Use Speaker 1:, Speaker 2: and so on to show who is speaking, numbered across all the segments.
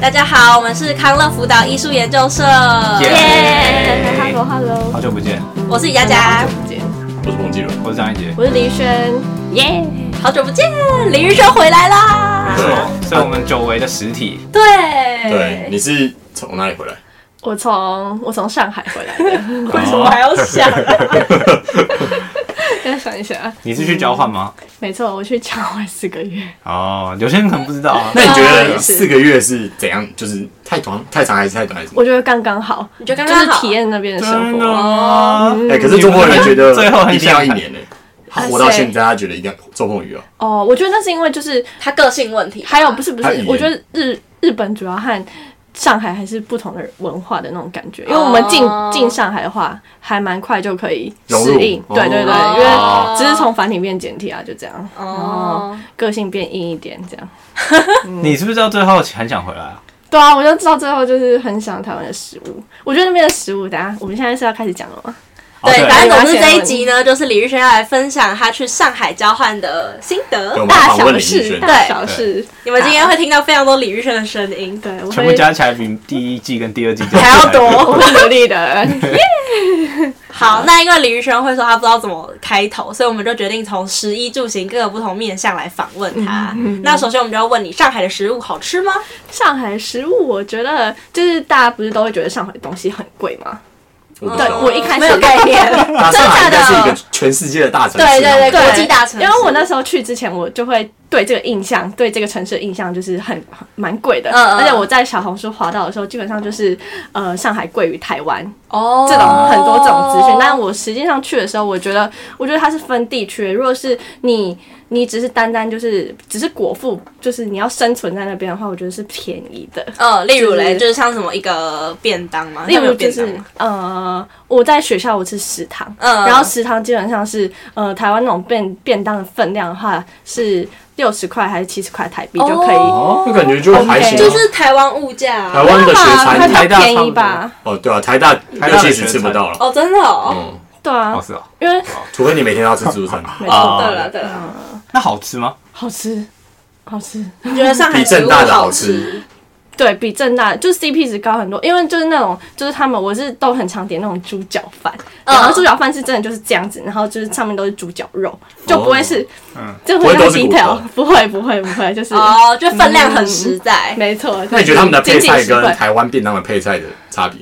Speaker 1: 大家好，我们是康乐辅导艺术研究社，
Speaker 2: 耶
Speaker 3: 耶！Hello Hello，
Speaker 2: 好久不见，
Speaker 1: 我是李佳佳，
Speaker 4: 我是彭继伦，
Speaker 2: 我是张一杰。
Speaker 3: 我是林轩，耶！
Speaker 1: 好久不见，林玉轩回来啦
Speaker 2: 没。错，是我们久违的实体。
Speaker 1: 对，哎
Speaker 4: 对，你是从哪里回来？
Speaker 3: 我从我从上海回来的，
Speaker 1: 为什么
Speaker 2: 哦
Speaker 1: 还要想？
Speaker 3: 哦要想一下，
Speaker 2: 你是去交换吗？
Speaker 3: 没错，我去交换四个月，
Speaker 2: 哦，有些人可能不知道啊。
Speaker 4: 那你觉得四个月是怎样？就是太短、太长还是太短？还是？
Speaker 3: 我觉得刚刚好，
Speaker 1: 你觉得刚
Speaker 3: 就
Speaker 1: 刚
Speaker 3: 是
Speaker 1: 好？
Speaker 3: 体验那边的生活。
Speaker 2: 吗？
Speaker 1: 哦
Speaker 4: 哎，可是中国人觉 得
Speaker 2: 最后很
Speaker 4: 一定要一
Speaker 2: 想
Speaker 4: 年呢，他活到现在，他觉得一定要周凤宇哦。
Speaker 3: 哦，我觉得那是因为就是
Speaker 1: 他个性问题吧，
Speaker 3: 还有不是不
Speaker 4: 他语言
Speaker 3: 是，我觉得日日本主要和上海还是不同的文化的那种感觉，因为我们进
Speaker 1: 哦
Speaker 3: 进上海的话，还蛮快就可以
Speaker 4: 融
Speaker 3: 适
Speaker 4: 入
Speaker 3: 应。
Speaker 4: 哦
Speaker 3: 对对对，因
Speaker 1: 哦
Speaker 3: 为只是从繁体变简体啊，就这样。
Speaker 1: 哦
Speaker 3: 哦，个性变硬一点，这样。
Speaker 2: 你是不是到最后很想回来啊？
Speaker 3: 对啊，我就到最后就是很想台湾的食物。我觉得那边的食物，等下我们现在是要开始讲了吗？
Speaker 2: 哦
Speaker 1: 对，
Speaker 2: 对
Speaker 1: 反正总之这一集呢，就是李玉轩要来分享他去上海交换的心得
Speaker 4: 对我。们
Speaker 3: 大
Speaker 4: 访问
Speaker 3: 小
Speaker 4: 林
Speaker 3: 事，
Speaker 4: 轩，
Speaker 3: 大小事。
Speaker 1: 你们今天会听到非常多李玉轩的声音，
Speaker 3: 对，我
Speaker 2: 全部
Speaker 3: 会
Speaker 2: 加起来比第一季跟第二季加
Speaker 1: 还
Speaker 2: 起
Speaker 1: 要
Speaker 2: 来
Speaker 1: 多。
Speaker 3: 我会努力的。
Speaker 1: 好，那因为李宇轩会说他不知道怎么开头，所以我们就决定从食衣住行各个不同面向来访问他。
Speaker 3: 嗯
Speaker 1: 那首先我们就要问你，上海的食物好吃吗？
Speaker 3: 上海食物，我觉得就是大家不是都会觉得上海东西很贵吗？
Speaker 4: 我不知
Speaker 3: 对
Speaker 4: 道。
Speaker 3: 我一开始
Speaker 1: 没有概念，
Speaker 4: 那上海应该是一
Speaker 1: 真的
Speaker 4: 个全世界的大城市，啊
Speaker 1: 对对
Speaker 3: 对
Speaker 1: 国际大城市
Speaker 3: 因为我那时候去之前，我就会对这个印象，对这个城市的印象就是很很蛮贵的。
Speaker 1: 嗯嗯
Speaker 3: 而且我在小红书滑到的时候，基本上就是呃上海贵于台湾
Speaker 1: 哦
Speaker 3: 这种很多这种资讯。但我实际上去的时候，我觉得我觉得它是分地区的。如果是你你只是单单就是只是果腹，就是你要生存在那边的话，我觉得是便宜的。
Speaker 1: 呃，例如嘞，
Speaker 3: 就是
Speaker 1: 就是像什么一个便当嘛，
Speaker 3: 例
Speaker 1: 他们有
Speaker 3: 如就
Speaker 1: 便当
Speaker 3: 是
Speaker 1: 吗
Speaker 3: 呃，我在学校我吃食堂，
Speaker 1: 嗯
Speaker 3: 然后食堂基本上是呃台湾那种便便当的分量的话是六十块还是七十块台币就可以，
Speaker 2: 哦
Speaker 4: 那感觉就还行啊。
Speaker 1: 就是台湾物价啊、
Speaker 4: 台湾的学
Speaker 3: 啊它
Speaker 4: 餐，
Speaker 3: 它
Speaker 2: 台大差不
Speaker 3: 便
Speaker 2: 多
Speaker 3: 宜吧？
Speaker 4: 哦，对啊，台大
Speaker 2: 大
Speaker 4: 六七十吃不到了，
Speaker 1: 哦，真的哦，
Speaker 4: 嗯，
Speaker 3: 对啊
Speaker 2: 哦，是哦，
Speaker 3: 因为
Speaker 4: 除非你每天要吃自助餐，
Speaker 3: 没错，
Speaker 2: 哦
Speaker 1: 对了对
Speaker 3: 嗯
Speaker 1: 了，
Speaker 2: 那好吃吗？
Speaker 3: 好吃，好吃，
Speaker 1: 你觉得上海
Speaker 4: 比
Speaker 1: 食
Speaker 4: 正
Speaker 1: 物
Speaker 4: 大的
Speaker 1: 好
Speaker 4: 好吃？
Speaker 3: 对比正大就是 CP 值高很多，因为就是那种就是他们我是都很常点那种猪脚饭，
Speaker 1: 嗯
Speaker 3: 然后猪脚饭是真的就是这样子，然后就是上面都是猪脚肉，就不会是
Speaker 2: 嗯
Speaker 3: 就
Speaker 4: 哦不会
Speaker 3: 那
Speaker 4: 都
Speaker 3: 个
Speaker 4: 是骨
Speaker 3: detail，
Speaker 4: 头
Speaker 3: 哦不会不会不会，就是
Speaker 1: 哦，就分量很实在。
Speaker 3: 嗯没错。
Speaker 4: 那你觉得他们的配菜
Speaker 3: 精
Speaker 4: 跟
Speaker 3: 进实惠
Speaker 4: 台湾便当的配菜的差别？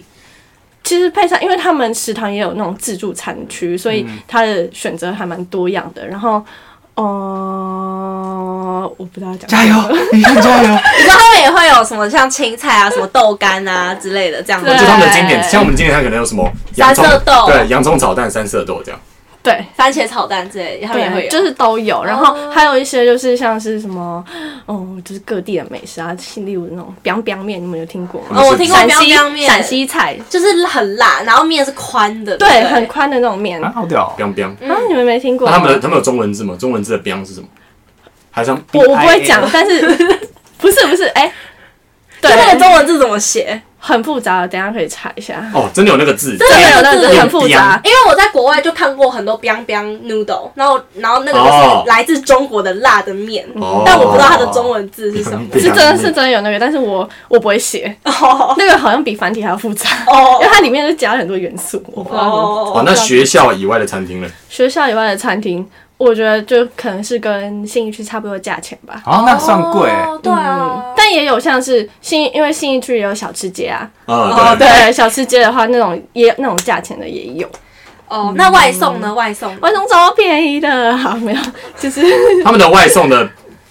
Speaker 3: 其实配菜，因为他们食堂也有那种自助餐区，所以
Speaker 4: 嗯
Speaker 3: 它的选择还蛮多样的。然后，呃，我不知道讲
Speaker 2: 加油， 你看加油！
Speaker 1: 你知道他们也会有什么像青菜啊、什么豆干啊之类的这样的
Speaker 3: 对
Speaker 4: 就他们的经典，像我们经典餐可能有什么洋葱
Speaker 1: 三色豆
Speaker 4: 对，洋葱炒蛋、三色豆这样。
Speaker 3: 对
Speaker 1: 番茄炒蛋之类的，他们也会
Speaker 3: 对，
Speaker 1: 有。哦
Speaker 3: 就是都有。然后还有一些就是像是什么，哦，就是各地的美食啊，例如那种 biang biang 面，你们有听过吗？
Speaker 1: 哦，我听过
Speaker 3: 陕
Speaker 1: 苗
Speaker 3: 西
Speaker 1: 苗面，
Speaker 3: 陕西菜，
Speaker 1: 就是很辣，然后面是宽的，
Speaker 3: 对，
Speaker 1: 不
Speaker 3: 很宽的那种面。
Speaker 2: 啊，
Speaker 3: 啊，
Speaker 2: 好屌哦！
Speaker 4: biang biang。
Speaker 3: 你们没听过
Speaker 4: 那
Speaker 3: 吗？
Speaker 4: 他们的他们有中文字吗？中文字的 biang 是什么？还像
Speaker 3: 我我不会
Speaker 2: BIA
Speaker 3: 讲，但是 不是不是，哎，对
Speaker 1: 就，那个中文字怎么写？
Speaker 3: 很复杂的，等一下可以查一下。
Speaker 4: 哦，真的有那个字，
Speaker 3: 真的有
Speaker 1: 那
Speaker 3: 那
Speaker 1: 个
Speaker 3: 个
Speaker 1: 字
Speaker 3: 很复杂，
Speaker 1: 因为我在国外就看过很多 biang biang noodle，然后然后那个
Speaker 4: 哦
Speaker 1: 就是来自中国的辣的面，
Speaker 4: 哦
Speaker 1: 但我不知道它的中文字是什么。
Speaker 3: 是真的是真的有那个，但是我我不会写，
Speaker 1: 哦
Speaker 3: 那个好像比繁体还要复杂，因为
Speaker 1: 哦
Speaker 3: 它里面就加了很多元素。我不知道怎么
Speaker 4: 哦，那学校以外的餐厅呢？
Speaker 3: 学校以外的餐厅，我觉得就可能是跟信义区差不多的价钱吧。
Speaker 2: 啊，那算贵欸。
Speaker 1: 哦对啊，
Speaker 3: 但也有像是信，因为信义区也有小吃街啊，
Speaker 4: 啊，对，
Speaker 3: 对，小吃街的话，那种也那种价钱的也有，
Speaker 1: 哦，那外送呢？外送
Speaker 3: 嗯外送超便宜的，好没有，就是
Speaker 4: 他们的外送的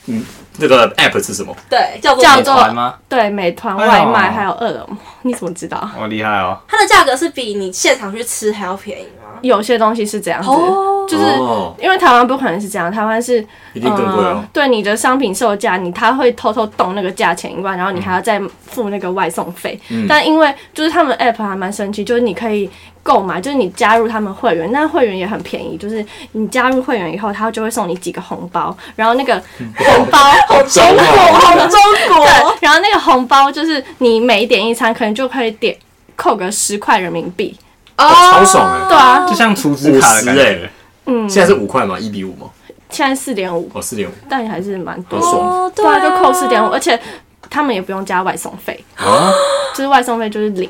Speaker 4: 嗯那个 app 是什么？
Speaker 1: 对叫做
Speaker 3: 叫
Speaker 2: 美
Speaker 3: 做
Speaker 2: 团吗？
Speaker 3: 对美团
Speaker 2: 哎呦
Speaker 3: 外卖还有饿了么，你怎么知道？
Speaker 2: 哦，厉害哦！
Speaker 1: 它的价格是比你现场去吃还要便宜吗？
Speaker 3: 有些东西是这样子，
Speaker 1: 哦，
Speaker 3: 就是
Speaker 4: 哦，
Speaker 3: 因为台湾不可能是这样，台湾是
Speaker 4: 一定更贵哦
Speaker 3: 呃。对你的商品售价，你他会偷偷动那个价钱以外，然后你还要再付那个外送费。但因为就是他们 app 还蛮神奇，就是你可以购买，就是你加入他们会员，那会员也很便宜，就是你加入会员以后，他就会送你几个红包，然后那个红包
Speaker 4: 好中
Speaker 3: 哦
Speaker 4: 国，
Speaker 1: 好中国，
Speaker 3: 对，然后那个红包就是你每点一餐，可能就可以点扣个十块人民币。
Speaker 4: 超爽哎！
Speaker 3: 对啊，
Speaker 2: 就像厨师
Speaker 4: 五
Speaker 2: 卡的
Speaker 4: 十
Speaker 2: 感觉
Speaker 4: 哎，，嗯，现在是五块嘛，一比五嘛，
Speaker 3: 现在四点五，
Speaker 4: 哦，四点五，
Speaker 3: 但还是蛮多
Speaker 4: 好
Speaker 3: 的。啊
Speaker 4: 爽。
Speaker 1: 哦，
Speaker 3: 对啊，就扣四点五，而且他们也不用加外送费，
Speaker 4: 啊，
Speaker 3: 就是外送费就是零。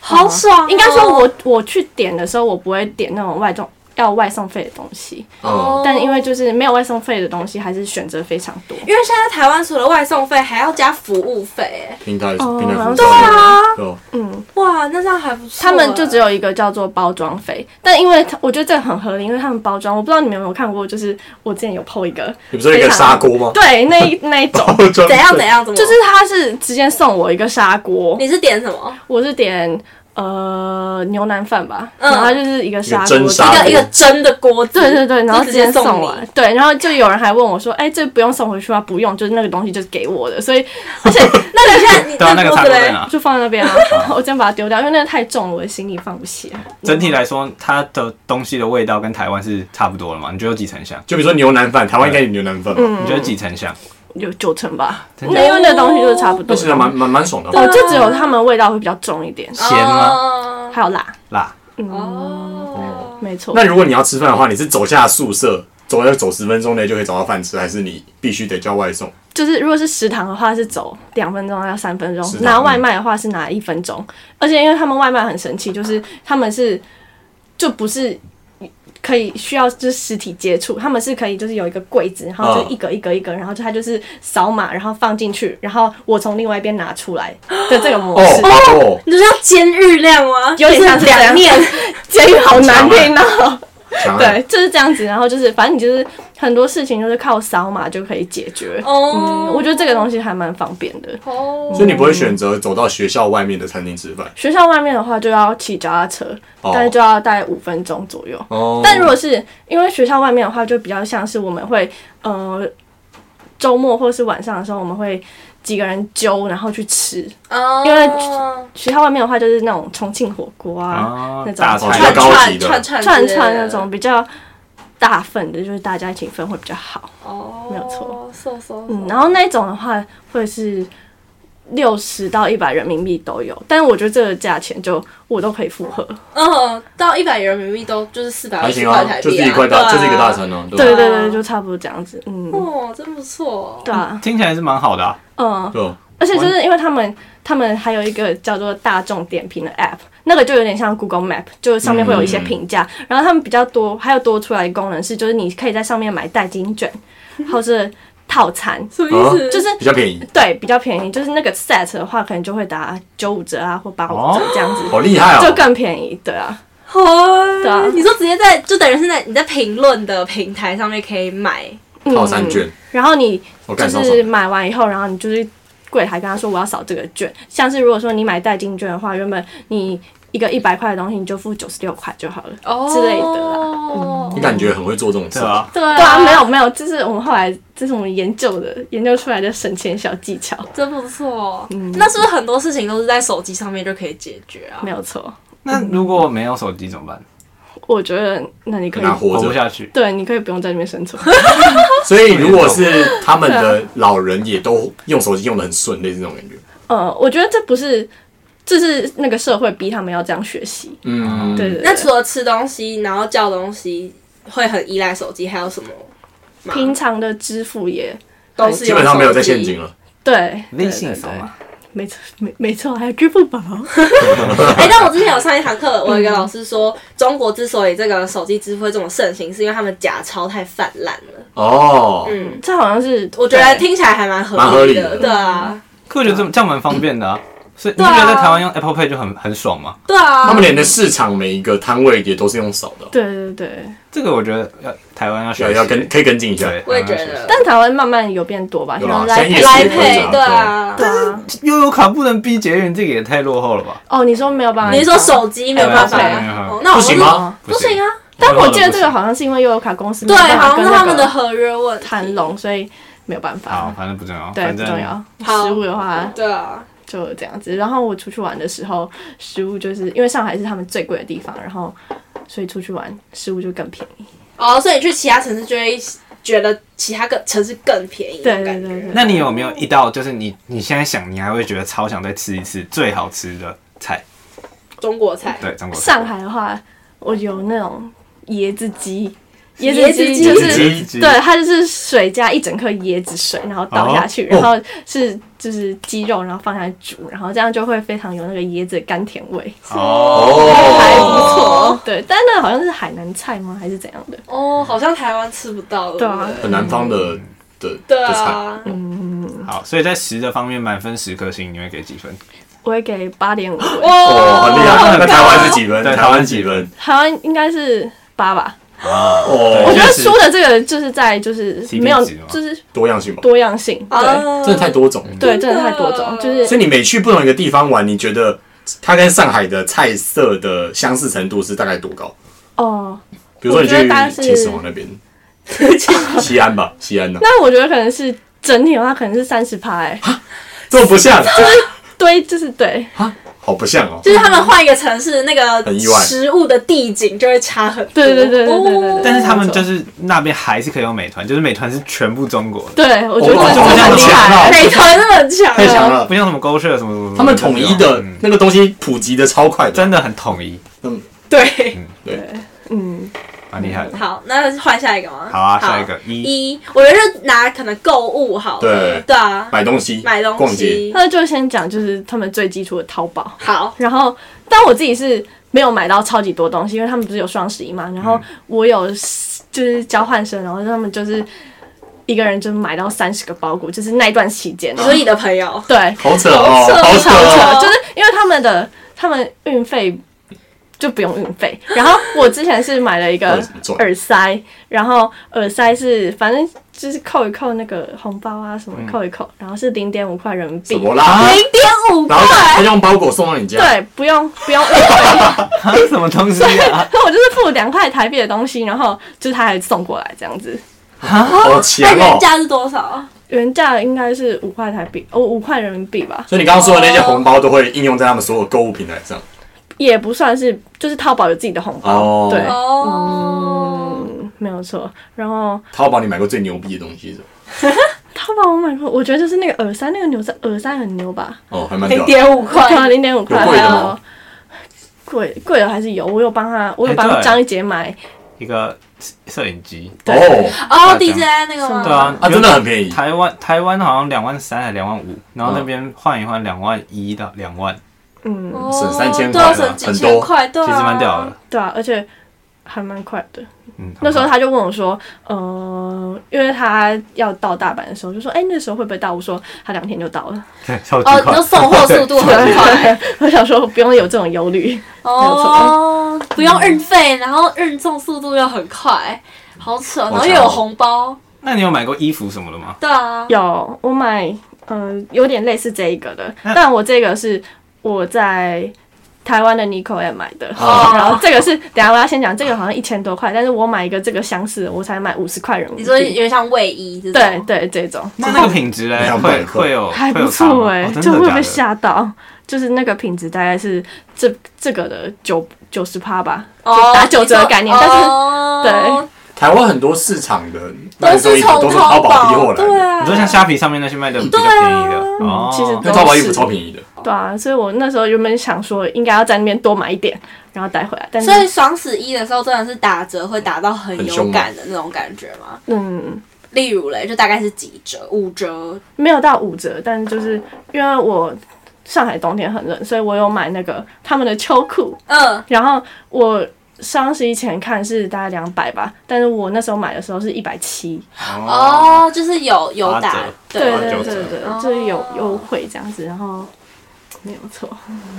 Speaker 1: 好爽哦、
Speaker 3: 嗯应该说我我去点的时候，我不会点那种外送要外送费的东西，
Speaker 4: 哦，
Speaker 3: 但因为就是没有外送费的东西，还是选择非常多。
Speaker 1: 因为现在台湾除了外送费，还要加服务费、哎，
Speaker 4: 平台
Speaker 3: 哦
Speaker 4: 平台服务
Speaker 3: 对
Speaker 1: 啊
Speaker 4: 对哦
Speaker 1: 哇，那这样还不错、
Speaker 3: 他们就只
Speaker 1: 有
Speaker 3: 有一个叫做包装费，但因为他我觉得这很合理，因为他们包装，我不知道你们有没有看过，就是我之前有 PO 一个，
Speaker 4: 你不是有一个砂锅吗？哦
Speaker 3: 对，啊那一那一种，
Speaker 4: 怎
Speaker 1: 怎样怎？样怎么，
Speaker 3: 就是他是直接送我一个砂锅，
Speaker 1: 你是点什么？
Speaker 3: 我是点呃牛腩饭吧，
Speaker 1: 嗯
Speaker 3: 然后它就是一个砂
Speaker 4: 一
Speaker 3: 锅，
Speaker 4: 个蒸砂
Speaker 1: 一
Speaker 4: 大
Speaker 1: 个
Speaker 4: 锅
Speaker 1: 一个真的锅子，
Speaker 3: 对对对，然后
Speaker 1: 就直接送
Speaker 3: 送
Speaker 1: 你
Speaker 3: 完，对，然后就有人还问我说，哎、这不用送回去吗？不用，就是那个东西就是给我的，所以而且
Speaker 1: 那你现在 你
Speaker 2: 对啊，那个
Speaker 1: 锅
Speaker 2: 差
Speaker 1: 子
Speaker 2: 不多在
Speaker 1: 嘞？
Speaker 2: 哪？
Speaker 3: 就放在那边啊，我真把它丢掉，因为那个太重了，我的行李放不下。
Speaker 2: 整体来说，它的东西的味道跟台湾是差不多了嘛？你觉得有几成像？
Speaker 4: 就比如说牛腩饭，台湾应该有牛腩饭吧，
Speaker 3: 嗯
Speaker 2: 你觉得几成像？
Speaker 3: 有九成吧，
Speaker 2: 真假
Speaker 3: 那因为那个东西就是差不多。
Speaker 4: 那其实还蛮蛮蛮爽的
Speaker 3: 哦，就只有他们味道会比较重一点，
Speaker 2: 咸吗？
Speaker 1: 哦
Speaker 3: 还有辣，
Speaker 2: 辣？
Speaker 1: 哦，
Speaker 3: 没错。
Speaker 4: 那如果你要吃饭的话，你是走下宿舍，走要走十分钟内就可以找到饭吃，还是你必须得叫外送？
Speaker 3: 就是如果是食堂的话，是走两分钟到三分
Speaker 4: 食
Speaker 3: 钟；
Speaker 4: 堂
Speaker 3: 拿外卖的话是拿一分钟。而且因为他们外卖很神奇，就是他们是就不是可以需要就是实体接触，他们是可以就是有一个柜子，然后就
Speaker 4: 嗯
Speaker 3: 一格一格一格，然后就它就是扫码，然后放进去，然后我从另外一边拿出来的这个模
Speaker 4: 哦
Speaker 3: 式。
Speaker 4: 哦，
Speaker 1: 你就像监狱那样吗？
Speaker 3: 有点像
Speaker 1: 就是两面，
Speaker 3: 监狱好难
Speaker 4: 强欸
Speaker 3: 听哦。
Speaker 4: 强啊
Speaker 3: 对， 就是这样子。然后就是，反正你就是很多事情就是靠扫码就可以解决。
Speaker 1: 哦
Speaker 3: 嗯，我觉得这个东西还蛮方便的。
Speaker 1: 哦，
Speaker 4: 所以你不会选择走到学校外面的餐厅吃饭
Speaker 3: 学校外面的话就要骑脚踏车，
Speaker 4: 哦
Speaker 3: 但是就要大概五分钟左右。
Speaker 4: 哦。
Speaker 3: 但如果是因为学校外面的话，就比较像是我们会呃周末或是晚上的时候，我们会几个人揪然后去吃。
Speaker 1: 哦
Speaker 3: 因为学校外面的话就是那种重庆火锅啊、
Speaker 2: 啊
Speaker 3: 那，种
Speaker 2: 大
Speaker 4: 比较
Speaker 2: 菜
Speaker 1: 串
Speaker 4: 高
Speaker 1: 串
Speaker 4: 级的
Speaker 1: 串串
Speaker 3: 串
Speaker 1: 之类
Speaker 3: 串那
Speaker 1: 的
Speaker 3: 种比较大份的，就是大家一起分会比较好。
Speaker 1: 哦，
Speaker 3: 没有错
Speaker 1: 瘦瘦，
Speaker 3: 嗯，然后那种的话会是六十到一百人民币都有，但我觉得这个价钱就我都可以负荷。
Speaker 1: 嗯，到一百人民币都就是四百
Speaker 4: 还
Speaker 1: 二十
Speaker 4: 行
Speaker 1: 块
Speaker 4: 啊
Speaker 1: 台，币、啊，
Speaker 4: 就是一块
Speaker 1: 对
Speaker 4: 大，
Speaker 1: 啊
Speaker 4: 就是一个大。餐哦。吧
Speaker 3: 对啊对对，就差不多这样子。嗯，
Speaker 1: 哦，真不错。
Speaker 3: 对啊，
Speaker 2: 听起来是蛮好的啊。
Speaker 3: 嗯，
Speaker 4: 对哦，
Speaker 3: 而且就是因为他们他们还有一个叫做大众点评的 app，那个就有点像 Google Map，就是上面会有一些评价，然后他们比较多，还有多出来的功能是，就是你可以在上面买代金券，或是套餐，
Speaker 1: 什么意思？
Speaker 3: 就是。
Speaker 4: 比较便宜，
Speaker 3: 对，比较便宜，就是那个 set 的话，可能就会打九五折啊，或八五折这样子，
Speaker 4: 好厉害
Speaker 3: 就
Speaker 4: 哦！
Speaker 3: 更便宜。对啊，
Speaker 1: 哦，
Speaker 3: 对啊
Speaker 1: 你说直接在就等于是在你在评论的平台上面可以买
Speaker 3: 嗯
Speaker 4: 套餐券，
Speaker 3: 然后你
Speaker 4: 我
Speaker 3: 就
Speaker 4: 感受
Speaker 3: 是买完以后，然后你就是柜台跟他说我要扫这个券。像是如果说你买代金券的话，原本你一个一百块的东西，你就付九十六块就好了。
Speaker 1: 哦
Speaker 3: 之类的啦
Speaker 1: 啦嗯
Speaker 4: 你感觉很会做这种事
Speaker 2: 对，啊，
Speaker 1: 哦对啊
Speaker 3: 对啊，没有没有，这是我们后来这是我们研究的研究出来的省钱小技巧，
Speaker 1: 真不错。那是不是很多事情都是在手机上面就可以解决啊？
Speaker 3: 没有错。
Speaker 2: 那如果没有手机怎么办？
Speaker 3: 我觉得那你可
Speaker 4: 很难
Speaker 3: 以，
Speaker 4: 活
Speaker 2: 活不
Speaker 4: 着。
Speaker 2: 下去。
Speaker 3: 对，你可以不用在那边生存。
Speaker 4: 所以如果是他们
Speaker 3: 啊
Speaker 4: 的老人也都用手机用的很顺，类似这种感觉。
Speaker 3: 呃，我觉得这不是，这是那个社会逼他们要这样学习。
Speaker 4: 嗯，
Speaker 3: 对对对。
Speaker 1: 那除了吃东西，然后叫东西，会很依赖手机，还有什么吗？
Speaker 3: 平常的支付也
Speaker 1: 都是
Speaker 4: 哎基本上没有在陷阱
Speaker 1: 了。
Speaker 4: 了。
Speaker 3: 对，
Speaker 2: 微信
Speaker 3: 对对
Speaker 2: 扫
Speaker 3: 对
Speaker 2: 码
Speaker 3: 没错，没没错，还有支付宝。
Speaker 1: 哎、但我之前有上一堂 课，我有一个老师说，中国之所以这个手机支付会这么盛行，是因为他们假钞太泛滥了。
Speaker 4: 哦，
Speaker 1: 嗯，
Speaker 3: 这好像是
Speaker 1: 我觉得
Speaker 3: 对
Speaker 1: 听起来还蛮合
Speaker 4: 蛮合
Speaker 1: 理
Speaker 4: 理
Speaker 1: 的，
Speaker 4: 的
Speaker 1: 对啊，
Speaker 2: 可我觉得这这样蛮方便的啊。所以你不
Speaker 1: 对啊
Speaker 2: 觉得在台湾用 Apple Pay 就很很爽吗？
Speaker 1: 对啊。
Speaker 4: 他们连的市场每一个摊位也都是用扫的，
Speaker 3: 对对对，
Speaker 2: 这个我觉得要台湾要学
Speaker 4: 要
Speaker 2: 习，
Speaker 4: 要跟可以跟进一下。
Speaker 2: 对，
Speaker 1: 我也觉
Speaker 2: 台湾要
Speaker 1: 得
Speaker 2: 学，习
Speaker 3: 但台湾慢慢有变多吧，
Speaker 4: 有
Speaker 3: 像
Speaker 4: 啊
Speaker 3: Line
Speaker 4: 现在
Speaker 3: Pay
Speaker 4: 夜
Speaker 1: 来
Speaker 4: 市也会
Speaker 1: 配
Speaker 4: 这，样
Speaker 1: 对啊。
Speaker 3: 对啊。
Speaker 2: 悠游卡不能逼捷运，这个也太落后了吧？
Speaker 3: 哦，你说没有办法？
Speaker 1: 你是说？手机没有办法
Speaker 2: 对没有办
Speaker 1: 吗？
Speaker 2: 法
Speaker 1: 哦那我
Speaker 4: 哎不行
Speaker 1: 是
Speaker 4: 吗
Speaker 3: 哦
Speaker 1: 不行啊，
Speaker 3: 但我记得这个好像是因为悠游卡公司没
Speaker 1: 对，
Speaker 3: 有办法
Speaker 1: 好像
Speaker 3: 跟
Speaker 1: 是
Speaker 3: 那
Speaker 1: 他们的
Speaker 3: 个
Speaker 1: 合约问题。
Speaker 3: 谈拢，所以没有 办
Speaker 2: 好，
Speaker 3: 法。
Speaker 2: 反正不重要，
Speaker 3: 对，
Speaker 2: 反
Speaker 3: 不
Speaker 2: 正
Speaker 3: 重要。
Speaker 1: 好
Speaker 3: 食物的话
Speaker 1: 对啊，
Speaker 3: 就这样子。然后我出去玩的时候，食物就是因为上海是他们最贵的地方，然后所以出去玩食物就更便宜。
Speaker 1: 哦，所以你去其他城市就会觉得其他个城市更便宜，
Speaker 3: 对
Speaker 1: 那种
Speaker 3: 对对
Speaker 1: 感觉
Speaker 3: 对
Speaker 2: 那你有没有一道就是你你现在想，你还会觉得超想再吃一次最好吃的菜？
Speaker 1: 中国菜
Speaker 2: 对，中国菜
Speaker 3: 上海的话，我有那种椰子鸡，椰
Speaker 1: 椰
Speaker 3: 子
Speaker 1: 子
Speaker 3: 鸡
Speaker 1: 鸡
Speaker 3: 就
Speaker 2: 椰子
Speaker 3: 是
Speaker 2: 鸡
Speaker 3: 对，它就是水加一整颗椰子水，然后倒下去，
Speaker 4: 哦
Speaker 3: 然后是就是鸡肉，然后放下去煮，然后这样就会非常有那个椰子的甘甜味，哦还不
Speaker 4: 哦，
Speaker 3: 错。对，但那好像是海南菜吗？还是怎样的？
Speaker 1: 哦，好像台湾吃不到了。
Speaker 3: 对啊嗯
Speaker 1: 不
Speaker 4: 很南方的的
Speaker 1: 对
Speaker 4: 的菜，
Speaker 1: 啊，
Speaker 2: 好，所以在食的方面，满分十颗星，你会给几分？
Speaker 3: 我会给八点五，
Speaker 4: 哦，很厉害。那台
Speaker 3: 啊
Speaker 4: 湾是几分？
Speaker 2: 对
Speaker 4: 台湾几分？
Speaker 3: 台湾应该是八吧。我
Speaker 4: 哦
Speaker 2: 对，
Speaker 3: 觉得
Speaker 2: 就是
Speaker 3: 输的这个就是在就是没有
Speaker 2: CP 值嘛
Speaker 3: 就是
Speaker 4: 多样性吧，
Speaker 3: 多样性，对
Speaker 1: 啊
Speaker 4: 真的太多种了。
Speaker 3: 对，真的太多种，就是
Speaker 4: 所以你每去不同一个地方玩，你觉得它跟上海的菜色的相似程度是大概多高？
Speaker 3: 哦。
Speaker 4: 比如说你
Speaker 3: 我觉得大概
Speaker 4: 去
Speaker 3: 是
Speaker 4: 秦始皇那 边，西安吧，西安呢、啊
Speaker 3: 那我觉得可能是整体的话，可能是三十趴，哎，
Speaker 4: 这么不像，啊
Speaker 3: 对，就是对，
Speaker 4: 好不像哦。
Speaker 1: 就是他们换一个城市，那
Speaker 4: 很
Speaker 1: 个
Speaker 4: 意外
Speaker 1: 食物的地景就会差很多。
Speaker 3: 对对对对对对对
Speaker 1: 哦
Speaker 2: 但是他们就是那边还是可以有美团，就是美团是全部中国的，
Speaker 3: 对我觉得
Speaker 4: 哇
Speaker 3: 这
Speaker 4: 这
Speaker 3: 真的
Speaker 4: 么
Speaker 3: 很厉
Speaker 4: 强啊
Speaker 3: 害，
Speaker 1: 美团是很强
Speaker 4: 太强
Speaker 1: 的，
Speaker 4: 了
Speaker 2: 不，像什么勾啊社什么什么什么，
Speaker 4: 他们统一的
Speaker 2: 嗯
Speaker 4: 那个东西普及的超快的，
Speaker 2: 真的很统一，
Speaker 4: 嗯，
Speaker 1: 对。
Speaker 3: 嗯，
Speaker 2: 蛮厉害的。
Speaker 1: 好，那换下一个吗？
Speaker 2: 好啊，下一个一
Speaker 1: 一，我觉得就拿可能购物好了。
Speaker 4: 对
Speaker 1: 对啊，
Speaker 4: 买东西、
Speaker 1: 买东
Speaker 4: 逛街，
Speaker 1: 西。
Speaker 3: 那就先讲就是他们最基础的淘宝，
Speaker 1: 好，
Speaker 3: 然后，但我自己是没有买到超级多东西，因为他们不是有双十一嘛。然
Speaker 4: 嗯
Speaker 3: 后我有就是交换生，然后他们就是一个人就买到三十个包裹，就是那一段期间。哦
Speaker 1: 你说你的朋友，
Speaker 3: 对，
Speaker 4: 好扯哦，好扯
Speaker 3: 超
Speaker 4: 哦。
Speaker 3: 扯，就是因为他们的他们运费就不用运费。然后我之前是买了一
Speaker 4: 到
Speaker 3: 个
Speaker 4: 底怎哦么做
Speaker 3: 耳塞，然后耳塞是反正就是扣一扣那个红包啊什么扣一扣，然后是零点五块人民币
Speaker 4: 嗯怎。么啦？
Speaker 1: 零点五
Speaker 4: 然后他用包裹送到你家，
Speaker 3: 对，不用不用运 费。
Speaker 2: 啊什么东西 啊？
Speaker 3: 那我就是付两块台币的东西，然后就是他还送过来这样子，
Speaker 4: 好强
Speaker 1: 那
Speaker 4: 哦
Speaker 1: 原。价是多少？
Speaker 3: 原价应该是五块台币，哦，五块人民币吧，
Speaker 4: 所以你刚刚说的那些红包都会应用在他们所有购物平台上。
Speaker 3: 也不算是，就是淘宝有自己的红包，
Speaker 4: 哦
Speaker 3: 对，
Speaker 1: 哦，
Speaker 3: 嗯，没有错。然后
Speaker 4: 淘宝你买过最牛逼的东西是吧？
Speaker 3: 淘宝我买过，我觉得就是那个耳塞，那个牛塞耳塞很牛吧，
Speaker 4: 哦，还蛮屌
Speaker 1: 零
Speaker 4: 的。
Speaker 1: 点五
Speaker 3: 可能
Speaker 1: 块，
Speaker 3: 零点五块，
Speaker 4: 有贵的
Speaker 3: 还有
Speaker 4: 吗
Speaker 3: 贵贵的还是有，我有帮他，我有
Speaker 2: 哎
Speaker 3: 帮
Speaker 2: 对
Speaker 3: 张一杰买，
Speaker 2: 一个摄影机，
Speaker 4: 哦，
Speaker 1: 哦，DJ 那个吗？
Speaker 2: 对啊，
Speaker 4: 啊，真的很便宜。
Speaker 2: 台湾台湾好像两万三还两万五，然后
Speaker 4: 嗯
Speaker 2: 那边换一换两万一到两万，
Speaker 3: 嗯，
Speaker 1: 哦，
Speaker 4: 省3000
Speaker 1: 对啊，
Speaker 4: 块
Speaker 1: 省几
Speaker 4: 很
Speaker 1: 千
Speaker 4: 多
Speaker 1: 块，对啊，
Speaker 2: 其实蛮屌的。
Speaker 3: 对啊，而且还蛮快的。
Speaker 2: 嗯，
Speaker 3: 那时候他就问我说，呃，因为他要到大阪的时候，就说，哎、那时候会不会到？我说他两天就到了。
Speaker 2: 对 超级
Speaker 1: 哦，你
Speaker 2: 快
Speaker 1: 就，送货速度很快，
Speaker 3: 对，我想说不用有这种忧虑。
Speaker 1: 哦，不用运费，然后运送速度又很快，好扯，然后又有红包，
Speaker 2: 那你有买过衣服什么的吗？
Speaker 1: 对啊，
Speaker 3: 有我买，嗯、有点类似这一个的，
Speaker 2: 那
Speaker 3: 但我这个是我在台湾的 Nico 也买的。
Speaker 1: 哦
Speaker 3: 然后这个是，等一下我要先讲，这个好像一千多块，但是我买一个这个相似的，我才买五十块人民
Speaker 1: 你
Speaker 3: 币。
Speaker 1: 说有点像卫衣这种，
Speaker 3: 对对，这种
Speaker 2: 那那个品质嘞，
Speaker 4: 两
Speaker 2: 会
Speaker 4: 百克
Speaker 2: 会有
Speaker 3: 还
Speaker 2: 会
Speaker 3: 不
Speaker 2: 有差吗
Speaker 3: 错哎、
Speaker 2: 哦真
Speaker 3: 就
Speaker 2: 的
Speaker 3: 会
Speaker 2: 假
Speaker 3: 被
Speaker 2: 的？
Speaker 3: 吓到，就是那个品质大概是这这个的九九十趴吧，
Speaker 1: 哦，
Speaker 3: 打九折的概念但是
Speaker 1: 是
Speaker 4: 台湾很多市场的
Speaker 1: 都
Speaker 4: 卖的
Speaker 1: 是
Speaker 4: 衣服都
Speaker 1: 从
Speaker 4: 是淘宝
Speaker 1: 宝
Speaker 4: 批货来
Speaker 1: 对
Speaker 4: 的，
Speaker 1: 啊，
Speaker 2: 你说像虾皮上面那些卖的比较便宜的，哦，
Speaker 3: 啊嗯其实
Speaker 4: 那淘宝衣服超便宜的。
Speaker 1: 哦
Speaker 3: 对啊，所以我那时候原本想说应该要在那边多买一点，然后带回来，但是
Speaker 1: 所以双十一的时候真的是打折会打到很
Speaker 4: 很凶
Speaker 1: 有
Speaker 4: 吗
Speaker 1: 感的那种感觉吗？
Speaker 3: 嗯
Speaker 1: 例如嘞，就大概是几折？五折？
Speaker 3: 没有到五折，但就是因为我上海冬天很冷，所以我有买那个他们的秋裤，
Speaker 1: 嗯，
Speaker 3: 然后我双十一前看是大概两百吧，但是我那时候买的时候是一百七，
Speaker 1: 哦，就是有有
Speaker 2: 八
Speaker 1: 打
Speaker 2: 折，
Speaker 3: 对
Speaker 1: 对
Speaker 3: 对
Speaker 2: 啊九
Speaker 3: 对
Speaker 2: 折
Speaker 3: 对
Speaker 1: 哦，
Speaker 3: 就是有优惠这样子，然后。没有错，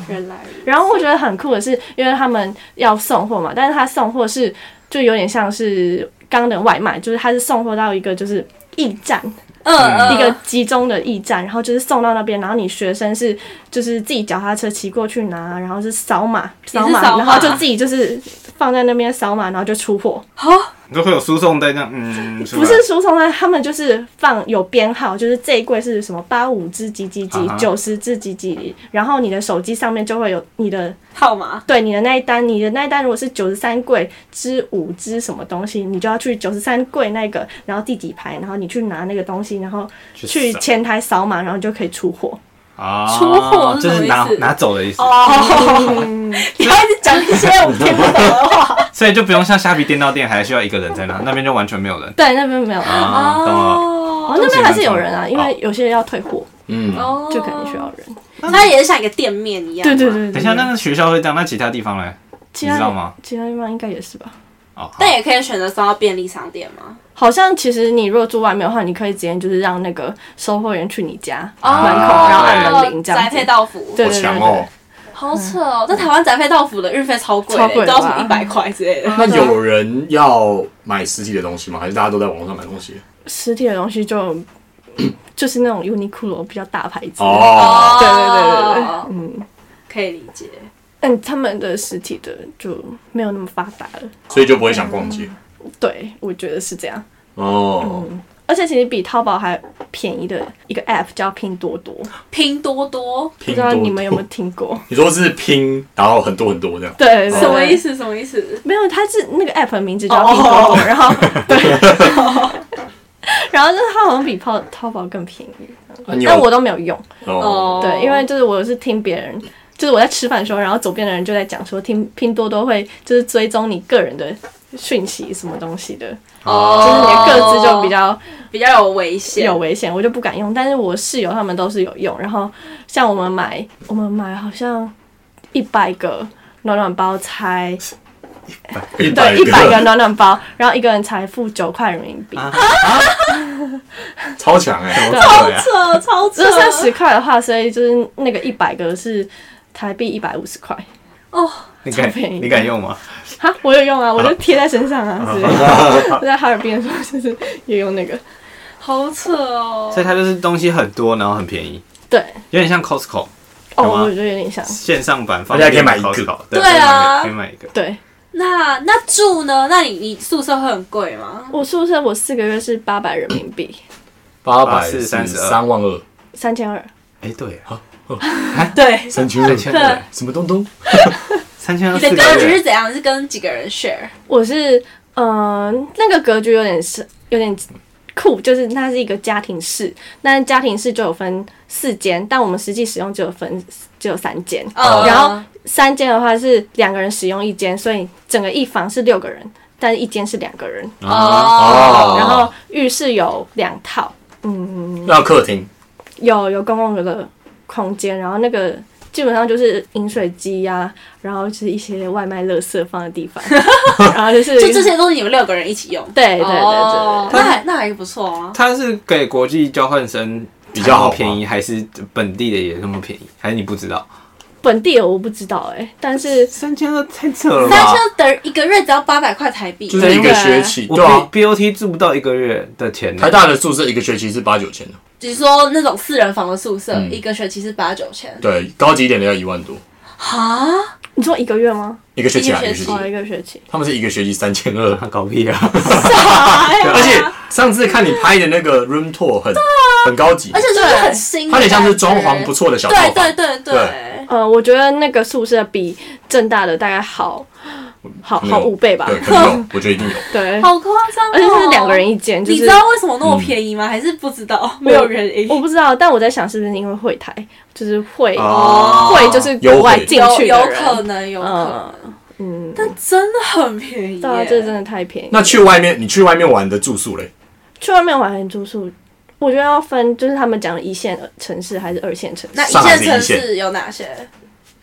Speaker 1: 原来如此
Speaker 3: 然后我觉得很酷的是，因为他们要送货嘛，但是他送货是就有点像是刚刚的外卖，就是他是送货到一个就是驿站，
Speaker 1: 嗯，
Speaker 3: 一
Speaker 1: 一
Speaker 3: 个集中的驿站，然后就是送到那边，然后你学生是就是自己脚踏车骑过去拿，然后是扫码
Speaker 1: 也是
Speaker 3: 码，
Speaker 1: 扫
Speaker 3: 然
Speaker 1: 码
Speaker 3: 后就自己就是放在那边扫码，然后就出货。
Speaker 1: 哦
Speaker 2: 你说会有输送带这样，嗯，
Speaker 3: 不是输送带，他们就是放有编号，就是这一柜是什么八五至几几几
Speaker 2: 啊，哈
Speaker 3: 九十至几几，然后你的手机上面就会有你的
Speaker 1: 号 码，
Speaker 3: 对你的那一单，你的那一单如果是九十三柜之五之什么东西，你就要去九十三柜那个，然后第几排，然后你去拿那个东西，然后去
Speaker 2: 扫
Speaker 3: 前台扫码，然后你就可以出货。
Speaker 2: 啊，
Speaker 1: 出货是
Speaker 2: 就
Speaker 1: 什
Speaker 2: 是
Speaker 1: 么
Speaker 2: 拿
Speaker 1: 意思
Speaker 2: 拿走的意思，
Speaker 1: 哦，你要一直讲一些 我听不懂的话。
Speaker 2: 所以就不用像虾皮电到店还需要一个人在那，那边就完全没有人
Speaker 3: 对，那边没有。哦，
Speaker 2: 啊，懂了。
Speaker 3: 那边还是有人啊，因为有些人要退货，
Speaker 4: 嗯，
Speaker 1: 哦
Speaker 3: 就可能需要。人。
Speaker 1: 它也是像一个店面一样。
Speaker 3: 对对。对，
Speaker 2: 等一下，那个学校会这样，那其他地方嘞？
Speaker 3: 其
Speaker 2: 你知道
Speaker 3: 他
Speaker 2: 吗
Speaker 3: 其他地方应该也是吧？
Speaker 2: 哦，好
Speaker 1: 但也可以选择送到便利商店吗？
Speaker 3: 好像其实你如果住外面的话，你可以直接就是让那个售货员去你家门
Speaker 1: 哦
Speaker 3: 口，然后按门铃这样
Speaker 1: 宅
Speaker 3: 子
Speaker 1: 配。到府。
Speaker 3: 对
Speaker 4: 好
Speaker 3: 对
Speaker 4: 强
Speaker 3: 对
Speaker 4: 哦
Speaker 3: 对！。
Speaker 1: 好扯哦！在台湾宅配到府的日费超贵的，
Speaker 3: 超贵
Speaker 1: 都要
Speaker 3: 吧
Speaker 1: 付一百块之类的。
Speaker 4: 那有人要买实体的东西吗？还是大家都在网络上买东西？
Speaker 3: 实体的东西就 就是那种 Uniqlo 比较大牌子。
Speaker 4: 哦，
Speaker 3: 对对对对对，
Speaker 1: 哦
Speaker 3: 嗯。
Speaker 1: 可以理解。
Speaker 3: 但他们的实体的就没有那么发达了，
Speaker 4: 所以就不会想逛街。
Speaker 3: 对我觉得是这样。
Speaker 4: 哦，
Speaker 3: 而且其实比淘宝还便宜的一个 App 叫拼多多，
Speaker 1: 拼多多
Speaker 3: 不
Speaker 4: 拼
Speaker 3: 知道
Speaker 4: 多
Speaker 3: 你们有没
Speaker 4: 多
Speaker 3: 有，听过？
Speaker 4: 你说是拼，然后很多很多这样。
Speaker 3: 对对对，
Speaker 1: 什么意
Speaker 3: 思？
Speaker 1: 思？什么意思？
Speaker 3: 没有，它是那个 App 的名字
Speaker 4: 哦
Speaker 3: 叫拼多多然 后对， 然后就是它好像比淘淘宝更便宜，
Speaker 4: 啊你有
Speaker 3: 但我都没有用。
Speaker 4: 哦，
Speaker 3: 对，因为就是我是听别人，就是我在吃饭的时候，然后左边的人就在讲说，听拼多多会就是追踪你个人的讯息什么东西的，
Speaker 1: 哦，
Speaker 3: 就是你的个资就比较
Speaker 1: 比较有危险。
Speaker 3: 有危险，我就不敢用。但是我室友他们都是有用，然后像我们买，我们买好像一百个暖暖包才
Speaker 4: 一百
Speaker 3: 对一百个暖暖包，然后一个人才付九块人民币。
Speaker 2: 啊
Speaker 4: 超强哎！
Speaker 2: 对啊，
Speaker 1: 扯，超
Speaker 3: 如
Speaker 1: 扯
Speaker 3: 果算十块的话，所以就是那个一百个是台币一百五十块。
Speaker 1: 哦，
Speaker 2: 你敢
Speaker 3: 超便宜
Speaker 2: 你敢用吗？
Speaker 3: 哈，我有用啊，我就贴在身上啊，之类的。我在哈尔滨的时候就是也用那个，
Speaker 1: 好扯哦
Speaker 2: 所。以它就是东西很多，然后很便宜，
Speaker 3: 对，
Speaker 2: 有点像 Costco 有
Speaker 3: 哦，
Speaker 2: 吗
Speaker 3: 我觉得有点像，
Speaker 2: 线上版，
Speaker 4: 而且还可以买一个
Speaker 2: Costco，
Speaker 1: 对啊
Speaker 2: 可以买一个。
Speaker 3: 对。
Speaker 1: 那那住呢？那你你宿舍会很贵吗？
Speaker 3: 我宿舍我四个月是八百人民币，
Speaker 4: 八
Speaker 2: 832
Speaker 4: 三万二，
Speaker 3: 三千二，
Speaker 2: 哎，对，好，
Speaker 1: 对，
Speaker 4: 三千
Speaker 2: 三千二，
Speaker 4: 什么东东？
Speaker 2: 三千二
Speaker 1: 你
Speaker 2: 四
Speaker 1: 的
Speaker 2: 个
Speaker 1: 格局
Speaker 2: 月
Speaker 1: 是怎样？是跟几个人 share？
Speaker 3: 我是嗯、呃那个格局有点是有点酷，就是它是一个家庭式，但是家庭式就有分四间，但我们实际使用只有分只有三间，
Speaker 1: 哦
Speaker 3: 然后三间的话是两个人使用一间，所以整个一房是六个人，但是一间是两个人，
Speaker 1: 哦
Speaker 2: 哦
Speaker 4: 哦
Speaker 3: 然后浴室有两套，嗯，
Speaker 4: 那客厅
Speaker 3: 有有公共的空间，然后那个基本上就是饮水机呀、然后就是一些外卖垃圾放的 地方，然后就是
Speaker 1: 就这些都是你们六个人一起用。
Speaker 3: 对对对对
Speaker 1: 哦
Speaker 3: 对
Speaker 1: 那还那还不错啊。
Speaker 2: 它是给国际交换生
Speaker 4: 比较好吗
Speaker 2: 便宜，还是本地的也那么便宜？还是你不知道？
Speaker 3: 本地的我不知道哎、但是
Speaker 2: 三千二太扯了
Speaker 1: 三
Speaker 2: 吧！
Speaker 1: 千等一个月只要八百块台币，
Speaker 4: 就是一个学期，
Speaker 2: 我
Speaker 4: 对啊，
Speaker 2: B O T 住不到一个月的钱呢
Speaker 4: 台，大的宿舍一个学期是八九千的，
Speaker 1: 只是说那种四人房的宿舍，一个学期是八九千。
Speaker 4: 对，高级一点的要一万多，
Speaker 1: 哈，
Speaker 3: 你说一个月吗？
Speaker 4: 一个学期啊，
Speaker 1: 一个学
Speaker 4: 一个学
Speaker 1: 期
Speaker 4: 期，
Speaker 3: 哦，一个学期。
Speaker 4: 他们是一个学期三千 二。
Speaker 2: 搞屁啊！
Speaker 1: 哎
Speaker 4: 而且上次看你拍的那个 room tour 很
Speaker 3: 啊
Speaker 4: 很高级，
Speaker 1: 而且就是很新，欸
Speaker 4: 它有点像是装潢不。错的小套
Speaker 1: 对
Speaker 4: 房，
Speaker 1: 对对对
Speaker 4: 对，
Speaker 3: 呃，我觉得那个宿舍比正大的大概好，好
Speaker 4: 没有
Speaker 3: 好五倍吧。
Speaker 4: 对，可能有，我觉得一定有。
Speaker 3: 对，
Speaker 1: 好夸张哦！
Speaker 3: 而且是两个人一间，就
Speaker 1: 你
Speaker 3: 是
Speaker 1: 知道为什么那么便宜吗？还是不知道？没有人赢。
Speaker 3: 我不知道，但我在想是不是因为会台，就是会、
Speaker 2: 哦
Speaker 3: 会就是国外进
Speaker 1: 有
Speaker 3: 去
Speaker 1: 有
Speaker 3: 的人，
Speaker 1: 可能，有可能，
Speaker 3: 嗯，
Speaker 1: 但真的很便宜耶。
Speaker 3: 对啊，这真的太便宜。
Speaker 4: 那去外面，你去外面玩的住宿嘞？
Speaker 3: 去外面玩还是住宿，我觉得要分，就是他们讲的一线城市还是二线城市。
Speaker 1: 那一
Speaker 4: 上
Speaker 1: 线
Speaker 4: 海是
Speaker 1: 城
Speaker 4: 一线
Speaker 1: 市有哪些？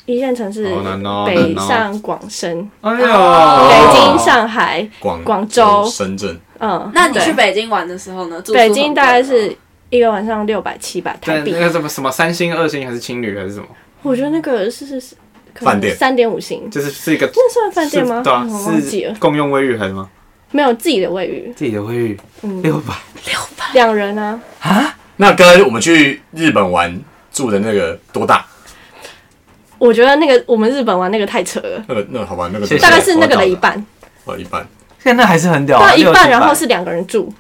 Speaker 3: 一线城市
Speaker 2: 好难哦
Speaker 3: 北
Speaker 2: 难哦
Speaker 3: 上广深、
Speaker 2: 哎
Speaker 1: 哦
Speaker 2: 呦，
Speaker 3: 北京、上海，
Speaker 4: 广
Speaker 3: 广州
Speaker 4: 深圳，
Speaker 3: 嗯，
Speaker 1: 那你去
Speaker 3: 对
Speaker 1: 北京玩的时候呢？住宿
Speaker 3: 北京大概
Speaker 1: 很贵吗
Speaker 3: 是一个晚上六百七百台
Speaker 2: 对，
Speaker 3: 币
Speaker 2: 那，个什么什么三星、二星还是青旅还是什么？
Speaker 3: 我觉得那个是是是，可
Speaker 4: 饭
Speaker 3: 能
Speaker 4: 店
Speaker 3: 三点五星，
Speaker 2: 就是是一个
Speaker 3: 那算饭店吗哦
Speaker 2: 是？对啊，
Speaker 3: 我忘记了
Speaker 2: 是，共用卫浴还是吗？
Speaker 3: 没有自己的卫浴，
Speaker 2: 自己的卫浴
Speaker 3: 嗯，
Speaker 2: 六百，
Speaker 3: 两人啊，
Speaker 4: 那跟我们去日本玩住的那个多大？
Speaker 3: 我觉得那个我们日本玩那个太扯了，
Speaker 4: 那个那个好吧，那个
Speaker 2: 谢谢
Speaker 3: 大概是那个的一，半，
Speaker 4: 哦一半，
Speaker 2: 现在还是很屌啊，
Speaker 3: 到一
Speaker 2: 六
Speaker 3: 半
Speaker 2: 七百
Speaker 3: 然后是两个人住，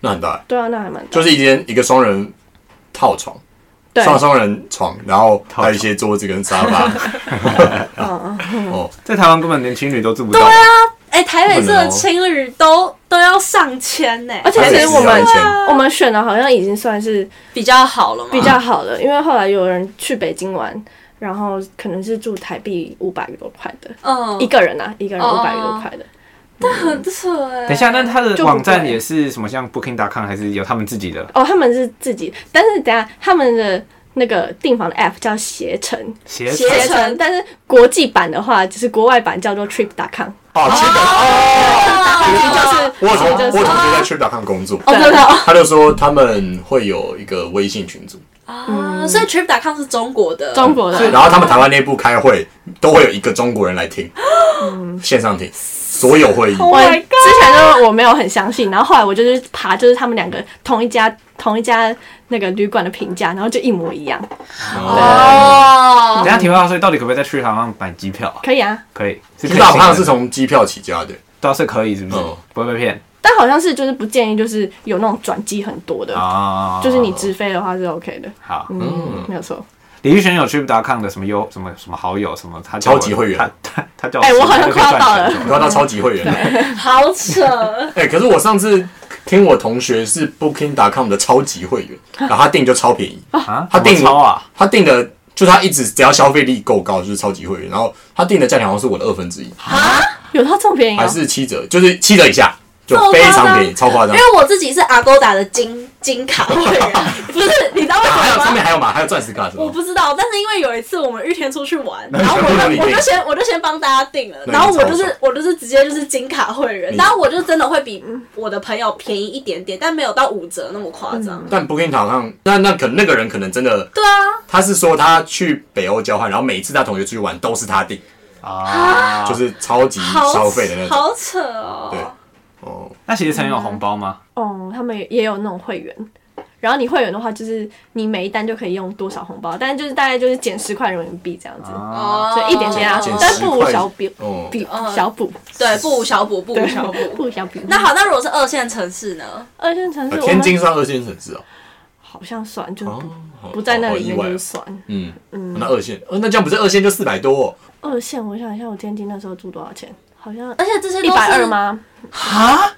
Speaker 4: 那很大，欸
Speaker 3: 对啊，那还蛮大，
Speaker 4: 就是一间一个双人套床，
Speaker 3: 对，
Speaker 4: 双双人床，然后还有一些桌子跟沙 发。
Speaker 3: 嗯嗯，
Speaker 4: 哦，
Speaker 3: 啊
Speaker 2: 在台湾根本连情侣都住不到吧，哦
Speaker 1: 哎、台北市的情侣都都要上千呢、
Speaker 3: 而且其实我
Speaker 4: 还得
Speaker 3: 们
Speaker 4: 吃饭
Speaker 3: 我们选的好像已经算是
Speaker 1: 比较好了嘛，
Speaker 3: 比较好的，因为后来有人去北京玩，然后可能是住台币五百多块的，
Speaker 1: 嗯，
Speaker 3: 一个人啊，一个人
Speaker 1: 哦
Speaker 3: 五百多块的，
Speaker 1: 很扯哎、
Speaker 2: 等一下，那它的
Speaker 3: 就不
Speaker 2: 网站
Speaker 3: 贵
Speaker 2: 也是什么像 Booking.com 还是有他们自己的
Speaker 3: 哦，他们是自己，但是等一下他们的那个订房的 app 叫携程，
Speaker 2: 携
Speaker 1: 携
Speaker 2: 程？
Speaker 1: 程
Speaker 3: 但是国际版的话，就是国外版叫做 Trip.com，
Speaker 4: 哦，去的哦，
Speaker 3: 就是
Speaker 4: 我有同
Speaker 3: 就是
Speaker 4: 我有同学在 Trip.com 工作，
Speaker 1: 哦，真的哦
Speaker 4: 他就说他们会有一个微信群组，
Speaker 1: 啊，所以 Trip.com 是中国的，
Speaker 3: 中国的，
Speaker 4: 然后他们台湾内部开会都会有一个中国人来听，
Speaker 3: 哦
Speaker 4: 线上听所有会议。
Speaker 3: 我
Speaker 1: Oh my
Speaker 3: 之前
Speaker 1: god
Speaker 3: 就是我没有很相信，然后后来我就是爬，就是他们两个同一家同一家那个旅馆的评价，然后就一模一样，
Speaker 1: 哦
Speaker 2: 等一，下题外话，所以到底可不可以在去台湾买机票啊？
Speaker 3: 可以啊。
Speaker 2: 可以，是可以
Speaker 4: Trip.com
Speaker 2: 信任
Speaker 4: 是从机票起家的，
Speaker 2: 倒是可以，是不是
Speaker 4: 嗯？
Speaker 2: 不会被骗
Speaker 3: 但好像是就是不建议，就是有那种转机很多
Speaker 4: 嗯
Speaker 1: 哦
Speaker 3: 的，
Speaker 2: 啊？
Speaker 3: 就是你直飞的话是 OK 的，
Speaker 2: 好，
Speaker 3: 嗯，没有错。
Speaker 2: 李玉璇有 Trip.com 的什么优什么什么好友什么，他
Speaker 4: 超级会员
Speaker 2: 他他 他叫
Speaker 3: 哎我好像
Speaker 2: 他就可以
Speaker 3: 快要到
Speaker 2: 赚钱
Speaker 3: 了
Speaker 2: 什么
Speaker 4: 你要到超级会员。
Speaker 1: 好 扯，
Speaker 4: 哎、可是我上次听我同学是 Booking.com 的超级会员，然后他订就超 便宜，
Speaker 2: 啊，
Speaker 4: 他
Speaker 2: 他定
Speaker 4: 定
Speaker 2: 超啊，
Speaker 4: 他订的就他一直只要消费力够高就是超级会员，然后他订的价钱好像是我的二分之一，
Speaker 1: 哎啊
Speaker 3: 有它这么便宜、
Speaker 4: 还
Speaker 3: 哦？
Speaker 4: 是七折，就是七折以下就非常便宜，超夸
Speaker 1: 因
Speaker 4: 张。
Speaker 1: 为我自己是 Agoda 的金金卡会 员，不是，你知道为什
Speaker 4: 还有
Speaker 1: 么
Speaker 4: 上
Speaker 1: 吗？
Speaker 4: 面还有嘛，还有钻石卡什
Speaker 1: 我
Speaker 4: 么？
Speaker 1: 不知道，但是因为有一次我们玉田出去玩，然后我
Speaker 4: 那你
Speaker 1: 就
Speaker 4: 定
Speaker 1: 我就先我就先帮大家订了，
Speaker 4: 那你
Speaker 1: 然后我
Speaker 4: 超
Speaker 1: 就是
Speaker 4: 爽嗯
Speaker 1: 我就是直接就是金卡会员，
Speaker 4: 你
Speaker 1: 然后我就真的会比我的朋友便宜一点点，但没有到五折那么夸张。
Speaker 3: 嗯
Speaker 4: 但 Booking.com 那那可那个人可能真的，
Speaker 1: 对啊，
Speaker 4: 他是说他去北欧交换，然后每一次他同学出去玩都是他订，
Speaker 2: 啊，
Speaker 4: 就是超级
Speaker 1: 好
Speaker 4: 消费的那种。
Speaker 1: 好扯哦。
Speaker 4: 对哦，
Speaker 2: 那携程有红包吗？
Speaker 3: 哦，他们也也有那种会员。然后你会员的话，就是你每一单就可以用多少红包，但是就是大概就是减十块人民币这样子，
Speaker 2: 啊，
Speaker 1: 哦
Speaker 3: 所以一点点啊
Speaker 4: 减，
Speaker 3: 但
Speaker 4: 10
Speaker 3: 不无
Speaker 4: 块
Speaker 3: 小补，
Speaker 4: 哦，
Speaker 3: 比
Speaker 1: 嗯
Speaker 3: 小补，
Speaker 1: 对，不无小补，不无
Speaker 3: 对
Speaker 1: 小补。，
Speaker 3: 不小补。
Speaker 1: 那好，那如果是二线城市呢？
Speaker 3: 二线城市
Speaker 4: 呃
Speaker 3: 我
Speaker 4: 天
Speaker 3: 们
Speaker 4: 津算二线城市哦。
Speaker 3: 好像算就是
Speaker 4: 哦
Speaker 3: 不，
Speaker 4: 好
Speaker 3: 不在那
Speaker 4: 好
Speaker 3: 里
Speaker 4: 意
Speaker 3: 面
Speaker 4: 外
Speaker 3: 就
Speaker 4: 哦
Speaker 3: 是算
Speaker 4: 嗯嗯，那二线，呃，那这样不是二线就四百多、哦，
Speaker 3: 二线。我想一下，我天津那时候住多少钱？好像
Speaker 1: 而且这呃些都
Speaker 3: 一
Speaker 1: 是
Speaker 3: 百二？吗？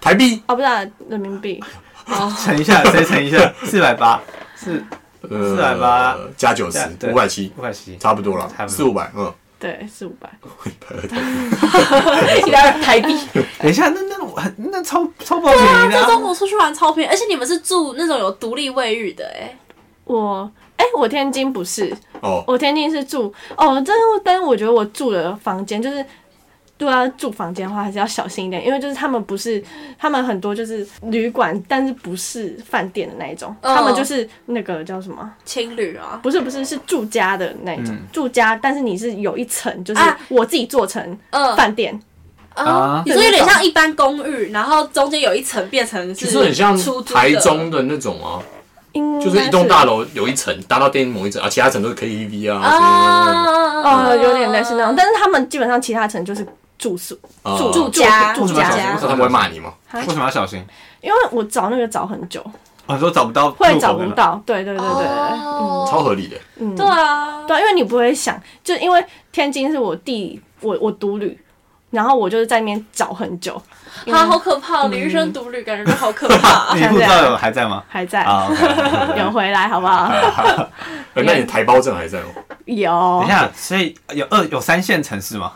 Speaker 4: 台币，
Speaker 3: 哦，不是啊人民 币，
Speaker 1: 哦
Speaker 2: 乘一下，谁乘一下？四百八，四
Speaker 4: 呃
Speaker 2: 480
Speaker 4: 加九十
Speaker 2: 加，对
Speaker 4: 五百七，
Speaker 2: 五百七，
Speaker 4: 差不多了
Speaker 2: 差，不多
Speaker 4: 四五百，嗯，
Speaker 3: 对，四五百。
Speaker 1: 一百二台币。
Speaker 2: 等一下，那那种很那超超爆便宜的
Speaker 1: 在 中
Speaker 2: 啊，
Speaker 1: 国出去玩超便宜，而且你们是住那种有独立卫浴的、哎，
Speaker 3: 我哎，我天津不是，
Speaker 4: 哦，
Speaker 3: 我天津是住哦，但是但是我觉得我住的房间就是，对啊，住房间的话还是要小心一点，因为就是他们不是他们很多就是旅馆，但是不是饭店的那一种，
Speaker 1: 嗯
Speaker 3: 他们就是那个叫什么？
Speaker 1: 情侣啊。
Speaker 3: 不是不是是住家的那一种，
Speaker 2: 嗯
Speaker 3: 住家，但是你是有一层就是
Speaker 1: 啊
Speaker 3: 我自己做成
Speaker 1: 嗯
Speaker 3: 饭店，
Speaker 1: 啊
Speaker 2: 啊，
Speaker 1: 你说有点像一般公寓，然后中间有一层变成
Speaker 4: 其
Speaker 1: 是
Speaker 4: 实很像
Speaker 1: 出租的
Speaker 4: 台中的那种啊，
Speaker 3: 应该
Speaker 4: 就是一栋大楼有一层搭到电影某一层，啊，其他层都是 KTV 啊，
Speaker 1: 啊，
Speaker 3: 呃有点类似那种，但是他们基本上其他层就是住宿
Speaker 4: 什么
Speaker 3: 住
Speaker 4: 住
Speaker 3: 住
Speaker 1: 家
Speaker 3: 住
Speaker 2: 为什么要小心？为
Speaker 1: 家
Speaker 2: 什
Speaker 4: 那
Speaker 2: 么
Speaker 4: 他们
Speaker 2: 要
Speaker 4: 会骂你吗？
Speaker 2: 为什么要小心？
Speaker 3: 因为我找那个找很久，
Speaker 2: 很多找不到入口的
Speaker 3: 会
Speaker 2: 人，
Speaker 3: 找不到，对对对对对，
Speaker 1: 哦
Speaker 3: 嗯。
Speaker 4: 超合理的，哎
Speaker 3: 嗯
Speaker 1: 对啊，
Speaker 3: 对啊，因为你不会想，就因为天津是我弟，我我独旅，然后我就是在那边找很久，因为
Speaker 1: 他好可怕，李玉生独旅感觉就好可怕。
Speaker 2: 你护照有还在吗？
Speaker 3: 还在、
Speaker 2: 啊，OK 啊
Speaker 3: 有回来，好不好？
Speaker 4: 呃那你台胞证还在哦，
Speaker 3: 有
Speaker 2: 等一。下，所以有二有三线城市吗？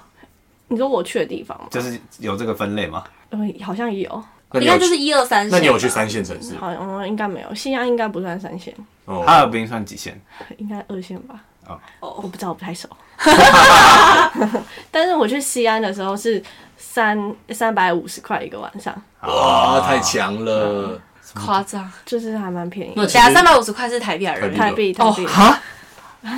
Speaker 3: 你说我去的地方吗？
Speaker 2: 就是有这个分类吗？
Speaker 3: 嗯，好像有，
Speaker 4: 那
Speaker 1: 应
Speaker 4: 你
Speaker 1: 该
Speaker 4: 有
Speaker 1: 就是
Speaker 4: 去，
Speaker 1: 一二三线吧。
Speaker 4: 那你有去三线城市？
Speaker 3: 好像嗯应该没有。西安应该不算三线，
Speaker 4: 哦，
Speaker 2: 哈尔滨算几线？
Speaker 3: 应该二线吧？我
Speaker 1: 哦？
Speaker 3: 不知道，我不 太熟。但是我去西安的时候是三三百五十块一个晚上，
Speaker 2: 啊
Speaker 4: 哇，太强了，
Speaker 1: 夸张！
Speaker 3: 就是还蛮便宜
Speaker 4: 那
Speaker 3: 的，
Speaker 4: 其
Speaker 1: 等下
Speaker 4: 实
Speaker 1: 三百五十块是台币还是啊人民币？
Speaker 3: 台币台币。
Speaker 2: 哦哈，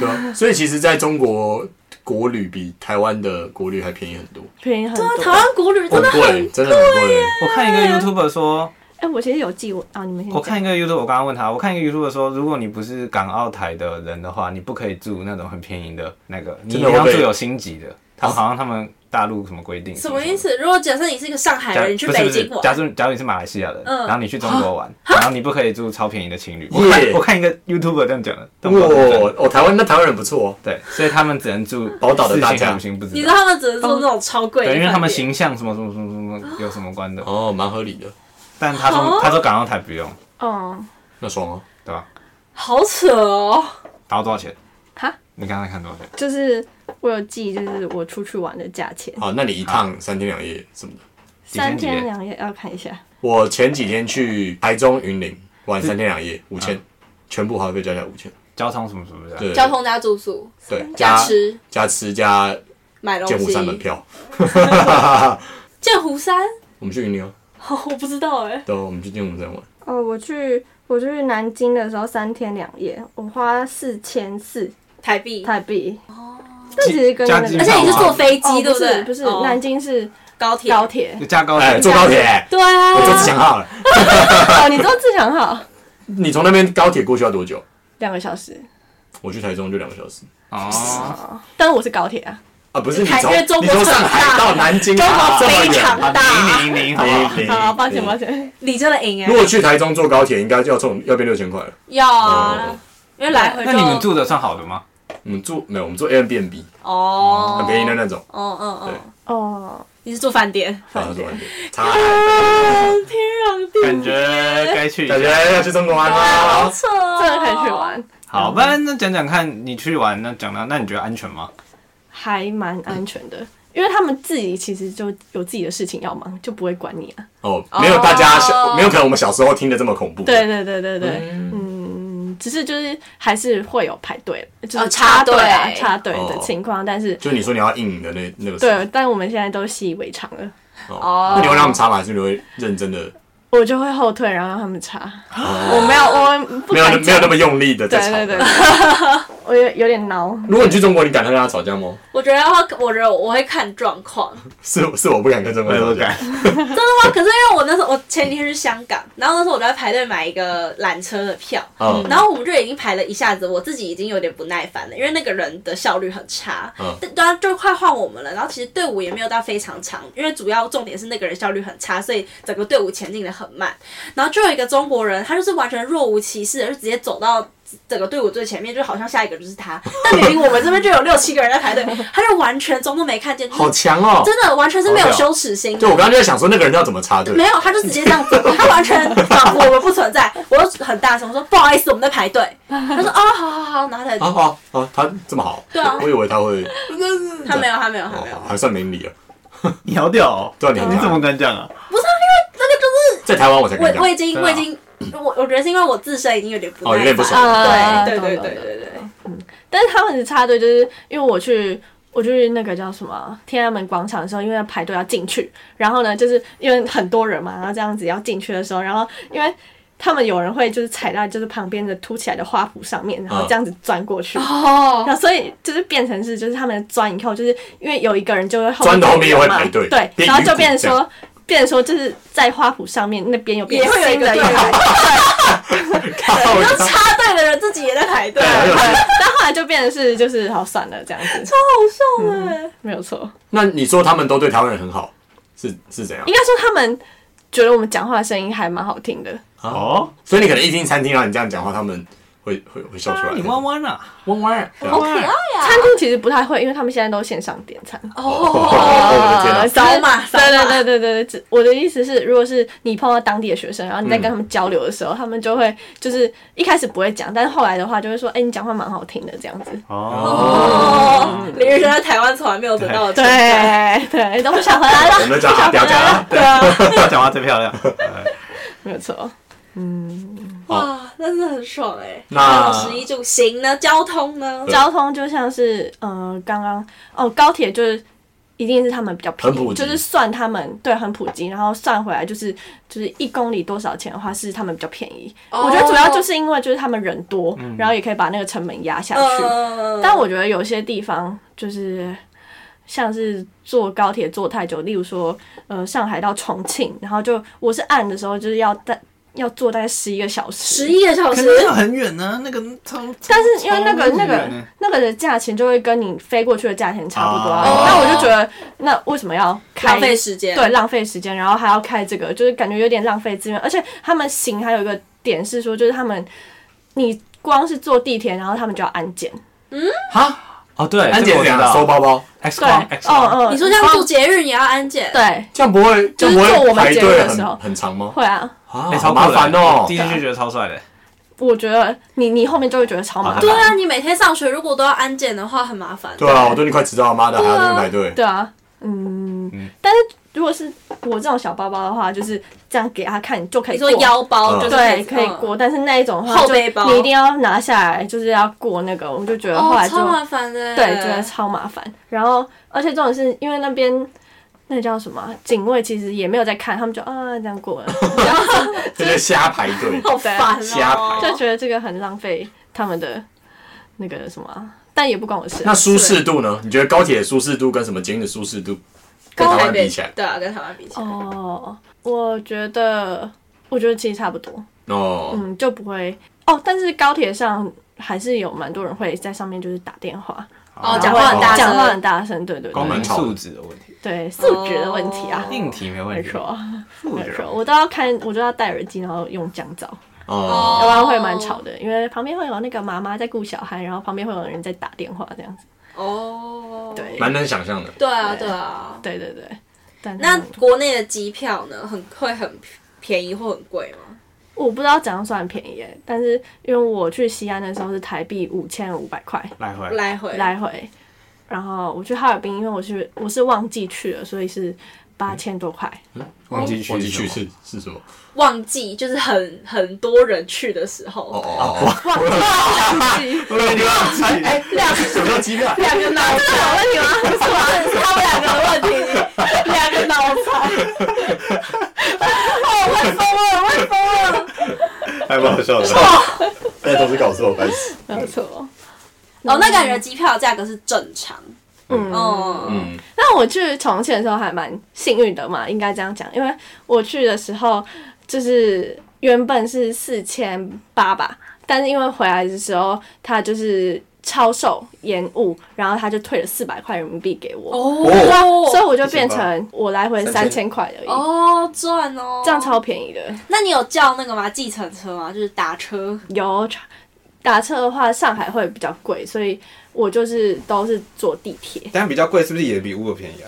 Speaker 4: 对啊，所以其实在中国国旅比台湾的国旅还便宜很多，
Speaker 3: 便宜很
Speaker 1: 对啊，
Speaker 3: 多。
Speaker 1: 台湾国 旅真的
Speaker 4: 很贵，真的很贵。
Speaker 2: 我看一个 YouTuber 说，
Speaker 3: 哎、我其实有记我啊，你们先
Speaker 2: 我
Speaker 3: 讲。
Speaker 2: 看一个 YouTuber，我刚刚问他，我看一个 YouTuber 说，如果你不是港澳台的人的话，你不可以住那种很便宜的那个，你一
Speaker 4: 真的
Speaker 2: 定要
Speaker 4: 会被
Speaker 2: 住有星级的。他好像他们大陆什么规定？
Speaker 1: 什么意？思？如果假设你是一个上海
Speaker 2: 假
Speaker 1: 人，你去北
Speaker 2: 不是
Speaker 1: 京
Speaker 2: 不是假
Speaker 1: 玩，
Speaker 2: 如假如你是马来西亚人，
Speaker 1: 嗯啊
Speaker 2: 然后你去中国玩，然后你不可以住超便宜的情侣。我看
Speaker 4: 耶
Speaker 2: 我看一个 YouTuber 这样讲的，但我不知道是真的
Speaker 4: 哇，哦，台湾那台湾人不错哦，
Speaker 2: 对，所以他们只能住
Speaker 4: 宝岛的
Speaker 2: 四
Speaker 4: 大
Speaker 2: 星
Speaker 4: 家
Speaker 2: 还五星不
Speaker 1: 你
Speaker 2: 知
Speaker 1: 知
Speaker 2: 道
Speaker 4: 哦
Speaker 1: 道，他们只能住那种超贵的饭
Speaker 2: 对，
Speaker 1: 店，
Speaker 2: 因为他们形象什么什么什么什么有什么关的。
Speaker 4: 哦，蛮合理的。
Speaker 2: 但他说他说港澳台不用，
Speaker 3: 哦，
Speaker 4: 那爽啊！
Speaker 2: 对吧？
Speaker 1: 好扯哦。
Speaker 2: 打多少钱？
Speaker 3: 哈，
Speaker 2: 你刚才看多少钱？
Speaker 3: 就是我有记，就是我出去玩的价钱，
Speaker 4: 好，那你一趟三天两夜什么的？
Speaker 2: 几天
Speaker 3: 三
Speaker 2: 几夜
Speaker 3: 天两夜要看一下，
Speaker 4: 我前几天去台中、云林玩三天两夜，五千，全部花费加起来五千。
Speaker 2: 交通什么什么的？
Speaker 4: 对，
Speaker 1: 交通加住宿
Speaker 4: 对
Speaker 1: 加
Speaker 4: 加
Speaker 1: 吃
Speaker 4: 加吃加
Speaker 1: 买东
Speaker 4: 剑湖
Speaker 1: 西。
Speaker 4: 山门票。
Speaker 1: 剑湖山？
Speaker 4: 我们去云林啊，
Speaker 1: 哦，我不知道哎、
Speaker 4: 对啊，我们去剑湖山玩。
Speaker 3: 哦，我去我去南京的时候三天两夜，我花四千四
Speaker 1: 台币。
Speaker 3: 台币。哦，但其实跟
Speaker 2: 加
Speaker 3: 那
Speaker 2: 机啊
Speaker 3: 个，
Speaker 1: 而且你是坐飞
Speaker 3: 哦
Speaker 1: 机对
Speaker 3: 不
Speaker 1: 对？
Speaker 3: 是不是，
Speaker 1: 哦
Speaker 3: 南京是
Speaker 1: 高铁。
Speaker 3: 高铁。
Speaker 2: 就加高
Speaker 4: 哎，
Speaker 2: 铁，
Speaker 4: 坐高铁，
Speaker 1: 对啊
Speaker 4: 我，坐自强号了。
Speaker 3: 哦，你坐自强号
Speaker 4: 你从那边高铁过去要多久？
Speaker 3: 两个小时，
Speaker 4: 我去台中就两个小时。
Speaker 2: 哦，
Speaker 3: 但我是高铁啊。
Speaker 4: 啊，不是你
Speaker 1: 台
Speaker 4: 从
Speaker 1: 因为中
Speaker 4: 你
Speaker 1: 国
Speaker 4: 从
Speaker 1: 很
Speaker 4: 上海
Speaker 1: 大
Speaker 4: 到南京，
Speaker 1: 中国
Speaker 4: 啊这么
Speaker 1: 非
Speaker 4: 远
Speaker 1: 常
Speaker 2: 啊，
Speaker 1: 大
Speaker 2: 零零零，好不好？
Speaker 4: 零
Speaker 3: 好，抱歉
Speaker 2: 嗯
Speaker 3: 抱歉。
Speaker 1: 你真的赢哎、
Speaker 4: 如果去台中坐高铁，应该就要从要变六千块了。
Speaker 1: 要啊，
Speaker 4: 哦
Speaker 1: 因为来回就
Speaker 2: 那你们住的算好的吗？
Speaker 4: 我们住没有，我们住 Airbnb，
Speaker 1: 哦，
Speaker 4: 很便宜的。那种。啊
Speaker 1: 哦嗯
Speaker 4: 对
Speaker 1: 嗯，
Speaker 3: 哦，
Speaker 1: 你是住饭店？
Speaker 4: 然后住饭店，长 海，
Speaker 1: 天
Speaker 3: 啊
Speaker 1: 壤地
Speaker 2: 感觉该去一
Speaker 4: 感觉
Speaker 2: 下。
Speaker 4: 要去中国玩
Speaker 1: 好
Speaker 4: 了。
Speaker 1: 扯、哦，
Speaker 3: 真的可以去。玩，
Speaker 2: 好，不然那讲讲看，你去玩那讲到，那你觉得安全吗？
Speaker 3: 还蛮安全的。因为他们自己其实就有自己的事情要忙，就不会管你啊。
Speaker 4: 哦，没有大家小，没有可能我们小时候听的这么恐怖。
Speaker 3: 对，对对对对，
Speaker 4: 嗯，
Speaker 3: 只是就是还是会有排队，就
Speaker 1: 哦
Speaker 3: 是
Speaker 1: 插队
Speaker 3: 队啊插队的
Speaker 4: 哦
Speaker 3: 情况，但是
Speaker 4: 就你说你要硬的那那个。
Speaker 3: 对，但我们现在都习以为常了。
Speaker 1: 哦
Speaker 4: 哦，那你会让他们插吗？还是你会认真的？
Speaker 3: 我就会后退，然后让他们插。
Speaker 4: 我
Speaker 3: 我没有，我啊不
Speaker 4: 没有
Speaker 3: 敢
Speaker 4: 啊没有那
Speaker 3: 讲
Speaker 4: 么用力的在吵。
Speaker 3: 对 对对，对我有有点挠。
Speaker 4: 如果你去中国，你敢跟他吵架吗？
Speaker 1: 我觉得会，我觉得我会看状况。
Speaker 4: 是是，我不敢跟中国人吵架。。
Speaker 1: 哇啊可是因为我那时候我前几天去香港，然后那时候我就在排队买一个缆车的票，
Speaker 4: 嗯
Speaker 1: 然后我们就已经排了一下子，我自己已经有点不耐烦了，因为那个人的效率很差，
Speaker 4: 嗯
Speaker 1: 对对啊，就快换我们了，然后其实队伍也没有到非常长，因为主要重点是那个人效率很差，所以整个队伍前进的很慢，然后就有一个中国人，他就是完全若无其事的，就直接走到。整个队伍最前面，就好像下一个就是 他。但明明我们这边就有六七个人在排队，他就完全装作没看见，就是
Speaker 4: 好强哦！
Speaker 1: 真的完全是没有
Speaker 4: 好屌
Speaker 1: 羞耻心的。
Speaker 4: 对，我刚刚就在想说，那个人要怎么插队？
Speaker 1: 没有，他就直接这样 子，他完全仿佛我们不存在。我就很大声我说：“不好意思，我们在排 队。”他说：“哦，好好好。”然后他才
Speaker 4: 啊啊啊！他这么好，
Speaker 1: 对啊
Speaker 4: 我以为他会，
Speaker 1: 他没有，他没有，他没有
Speaker 4: 哦，，还算明理啊。
Speaker 2: 你好屌哦！
Speaker 4: 对啊你很
Speaker 2: 你
Speaker 4: 屌
Speaker 2: 怎么敢讲啊？
Speaker 4: 在台湾我才敢
Speaker 1: 我
Speaker 4: 讲
Speaker 1: 我，已经
Speaker 2: 对啊
Speaker 1: 我已经我我觉得是因为我自身已经有点不
Speaker 4: 哦有
Speaker 1: 耐
Speaker 4: 点不
Speaker 1: 烦
Speaker 4: 爽。
Speaker 3: 啊
Speaker 1: 对对对
Speaker 3: 懂
Speaker 1: 对
Speaker 3: 懂
Speaker 1: 对对，
Speaker 3: 但是他们的插队就是因为我去。我去那个叫什么啊天安门广场的时候，因为排队要进去，然后呢，就是因为很多人嘛，然后这样子要进去的时候，然后因为他们有人会就是踩到就是旁边的凸起来的花圃上面，然后
Speaker 4: 啊
Speaker 3: 这样子钻过去，
Speaker 1: 哦，
Speaker 3: 然后所以就是变成是，就是他们钻以后，就是因为有一个人就会后
Speaker 4: 钻到后面也会
Speaker 3: 有嘛
Speaker 4: 排队
Speaker 3: 对，
Speaker 4: 变
Speaker 3: 然后就
Speaker 4: 鱼骨
Speaker 3: 变
Speaker 4: 这
Speaker 3: 成说，变成说就是在花圃上面那边有变
Speaker 1: 也会有一
Speaker 3: 新
Speaker 1: 个
Speaker 3: 的
Speaker 1: 队
Speaker 3: 一
Speaker 1: 伍
Speaker 3: 个人，
Speaker 1: 你知道插队的人自己也在排队，
Speaker 4: 很有
Speaker 3: 啊
Speaker 4: 趣
Speaker 3: 但后来就变成是就是好算了这样子，
Speaker 1: 好笑哎！
Speaker 3: 没有错。
Speaker 4: 那你说他们都对台湾人很好，是是怎样
Speaker 3: 应？该说他们觉得我们讲话的声音还蛮好听的，
Speaker 2: 哦，
Speaker 4: 所以你可能一进餐厅，然啊后你这样讲话，他们会会会笑出来。
Speaker 2: 你弯弯啊，
Speaker 4: 弯弯，对啊
Speaker 1: 好可爱
Speaker 3: 餐
Speaker 1: 呀！
Speaker 3: 厅其实不太会，因为他们现在都线上点餐。
Speaker 1: 哦，
Speaker 4: 我的天啊
Speaker 3: 扫
Speaker 1: 扫码扫
Speaker 3: 对
Speaker 1: 码
Speaker 3: 对对对对对只，我的意思是，如果是你碰到当地的学生，然后你在跟他们交流的时候，他们就会就是一开始不会讲，但是后来的话就会说，哎、你讲话蛮好听的这样子。
Speaker 2: 哦，
Speaker 1: 哦，李宇轩在台湾从来没有得到的称赞，
Speaker 3: 对对，都不想回来了，
Speaker 4: 我们讲好，不要讲啊。
Speaker 3: 对啊，
Speaker 2: 他讲话最漂亮。哎
Speaker 3: 没有错。
Speaker 1: 哇，那真的很爽哎！
Speaker 4: 那
Speaker 1: 还有十一住行呢，交通呢？
Speaker 4: 对
Speaker 3: 交通就像是呃，刚刚哦，高铁就是一定是他们比较便
Speaker 4: 很普
Speaker 3: 宜，
Speaker 4: 及
Speaker 3: 就是算他们对很普及，然后算回来就是就是一公里多少钱的话是他们比较便宜。
Speaker 1: 哦
Speaker 3: 我觉得主要就是因为就是他们人多，
Speaker 4: 嗯
Speaker 3: 然后也可以把那个成本压下去。
Speaker 1: 嗯
Speaker 3: 但我觉得有些地方就是像是坐高铁坐太久，例如说呃上海到重庆，然后就我是按的时候就是要大要坐大概十一个小时，
Speaker 1: 十一个小
Speaker 2: 可
Speaker 1: 时
Speaker 2: 是，那很远呢，那个超，
Speaker 3: 但是因为那个
Speaker 2: 超
Speaker 3: 那
Speaker 2: 远
Speaker 3: 个
Speaker 2: 欸
Speaker 3: 那个的价钱就会跟你飞过去的价钱差不多啊，
Speaker 2: 哦
Speaker 3: 那我就觉得那为什么要开
Speaker 1: 浪费时间。
Speaker 3: 对，浪费时间，然后还要开这个，就是感觉有点浪费资源。而且他们行还有一个点是说，就是他们你光是坐地铁，然后他们就要安检，
Speaker 4: 哈，
Speaker 2: 哦，对，
Speaker 4: 安
Speaker 2: 这
Speaker 4: 检
Speaker 2: 个我
Speaker 4: 怎
Speaker 2: 知
Speaker 4: 样
Speaker 2: 道
Speaker 4: 收包包？
Speaker 2: X
Speaker 3: 对
Speaker 2: 光，X
Speaker 3: 哦
Speaker 2: 光，
Speaker 3: 哦，
Speaker 1: 你说像
Speaker 3: 哦
Speaker 1: 做捷运也要安检？
Speaker 3: 对，
Speaker 4: 这样不会这
Speaker 3: 就
Speaker 4: 样
Speaker 3: 是
Speaker 4: 不
Speaker 3: 做
Speaker 4: 会
Speaker 3: 我们
Speaker 4: 排
Speaker 3: 节目
Speaker 4: 队
Speaker 3: 的时候
Speaker 4: 很很长吗？
Speaker 3: 会啊，
Speaker 4: 啊
Speaker 2: 哎，
Speaker 4: 好
Speaker 2: 超
Speaker 4: 麻
Speaker 2: 酷的
Speaker 4: 烦哦
Speaker 2: 第！一次就觉得超帅的，
Speaker 3: 我觉得你你后面就会觉得超麻
Speaker 2: 好
Speaker 3: 烦
Speaker 2: 的
Speaker 1: 对。啊，你每天上学如果都要安检的话，很麻烦。
Speaker 4: 对啊，我都已经快迟到了，妈的还要在那边排队。
Speaker 3: 对啊，嗯，但是如果是我这种小包包的话，就是这样给他看，你就可
Speaker 1: 你
Speaker 3: 以
Speaker 1: 说
Speaker 3: 过。
Speaker 1: 腰包就是
Speaker 3: 对，可以
Speaker 1: 嗯
Speaker 3: 过，但是那一种的话
Speaker 1: 后
Speaker 3: 就
Speaker 1: 背包
Speaker 3: 你一定要拿下来，就是要过那个，我就觉得后
Speaker 1: 哦，
Speaker 3: 来就、
Speaker 1: 超麻烦的。。
Speaker 3: 对，觉得超麻烦。然后，而且重点是因为那边那叫什么啊警卫，其实也没有在看，他们就啊这样过了，然后
Speaker 4: 这就是瞎排队
Speaker 1: 好烦
Speaker 4: 瞎
Speaker 1: 哦。
Speaker 4: 排
Speaker 3: 就觉得这个很浪费他们的那个什么啊、但也不关我事啊。
Speaker 4: 那舒适度呢？你觉得高铁的舒适度跟什么捷运的舒适度跟台
Speaker 1: 台
Speaker 4: 湾
Speaker 1: 北
Speaker 4: 比起来？
Speaker 1: 对啊，跟台湾比起来，
Speaker 3: 哦，我觉得，我觉得其实差不多，
Speaker 4: 哦，
Speaker 3: 嗯，就不会哦。但是高铁上还是有蛮多人会在上面就是打电话，
Speaker 1: 哦，
Speaker 3: 然后
Speaker 1: 讲话很大声，
Speaker 3: 讲话很大声，对对
Speaker 2: 功
Speaker 3: 对
Speaker 2: 能素质的问题，
Speaker 3: 对，素质的问题啊。
Speaker 1: 哦
Speaker 2: 硬体没问
Speaker 3: 没
Speaker 2: 题，
Speaker 3: 错，
Speaker 2: 素
Speaker 3: 没
Speaker 2: 质哦
Speaker 3: 错，我都要看，我都要戴耳机，然后用降噪，
Speaker 4: 哦，
Speaker 3: 要不然会蛮吵的。因为旁边会有那个妈妈在顾小孩，然后旁边会有人在打电话，这样子。
Speaker 1: 哦，
Speaker 3: 对，
Speaker 4: 蛮能想象的。
Speaker 1: 对啊，对啊。
Speaker 3: 对对对。但是
Speaker 1: 那国内的机票呢，很会很便宜或很贵吗？
Speaker 3: 我不知道怎样算便宜耶，但是因为我去西安的时候是台币五千五百块，
Speaker 2: 来回
Speaker 1: 来回
Speaker 3: 来回，然后我去哈尔滨，因为我是我是旺季去了，所以是八千多块。
Speaker 2: 忘记去
Speaker 4: 忘记去
Speaker 2: 什么
Speaker 4: 是是什么？
Speaker 1: 旺季就是很很多人去的时候，
Speaker 4: 哦哦
Speaker 3: 旺季
Speaker 4: 哦，你忘记？ 哎，什么叫机票？
Speaker 3: 两个脑子有问题吗？不是吧？是他们两个的问题，两个脑残。哦，我会疯了，我会疯了。
Speaker 4: 还蛮好笑的。哎，同事搞错，烦死。
Speaker 3: 没有错。
Speaker 1: 哦，那感觉机票价格是正常，
Speaker 3: 嗯
Speaker 1: 哦，
Speaker 4: 嗯，
Speaker 3: 那我去重庆的时候还蛮幸运的嘛，应该这样讲，因为我去的时候就是原本是四千八吧，但是因为回来的时候它就是超售延误，然后他就退了四百块人民币给我，
Speaker 1: 哦
Speaker 3: 所以我就变成我来回三千块而已，
Speaker 1: 哦赚哦，
Speaker 3: 这样。超便宜的。
Speaker 1: 那你有叫那个吗？计程车吗？就是打车。
Speaker 3: 有打车的话，上海会比较贵，所以我就是都是坐地铁，
Speaker 2: 但比较贵，是不是也比 Uber 便宜啊？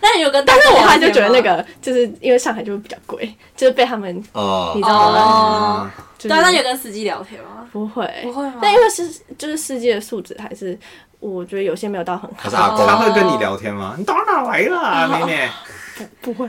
Speaker 1: 那你有跟大
Speaker 3: 但
Speaker 1: 家
Speaker 3: 是
Speaker 1: 聊
Speaker 3: 我
Speaker 1: 天吗，
Speaker 3: 后来就觉得那个就是因为上海就比较贵，就是被他们
Speaker 4: 哦
Speaker 3: 你知，道吗？
Speaker 2: 嗯
Speaker 1: 哦，
Speaker 3: 就
Speaker 1: 对
Speaker 3: 是
Speaker 1: 啊，那你有跟司机聊天吗？
Speaker 3: 不会，
Speaker 1: 不会吗
Speaker 3: 但因为是就是世界的素质还是，我觉得有些没有到很好。
Speaker 4: 他是阿公
Speaker 2: 他。会跟你聊天吗？你到哪来了啊，妹妹？
Speaker 3: 不会，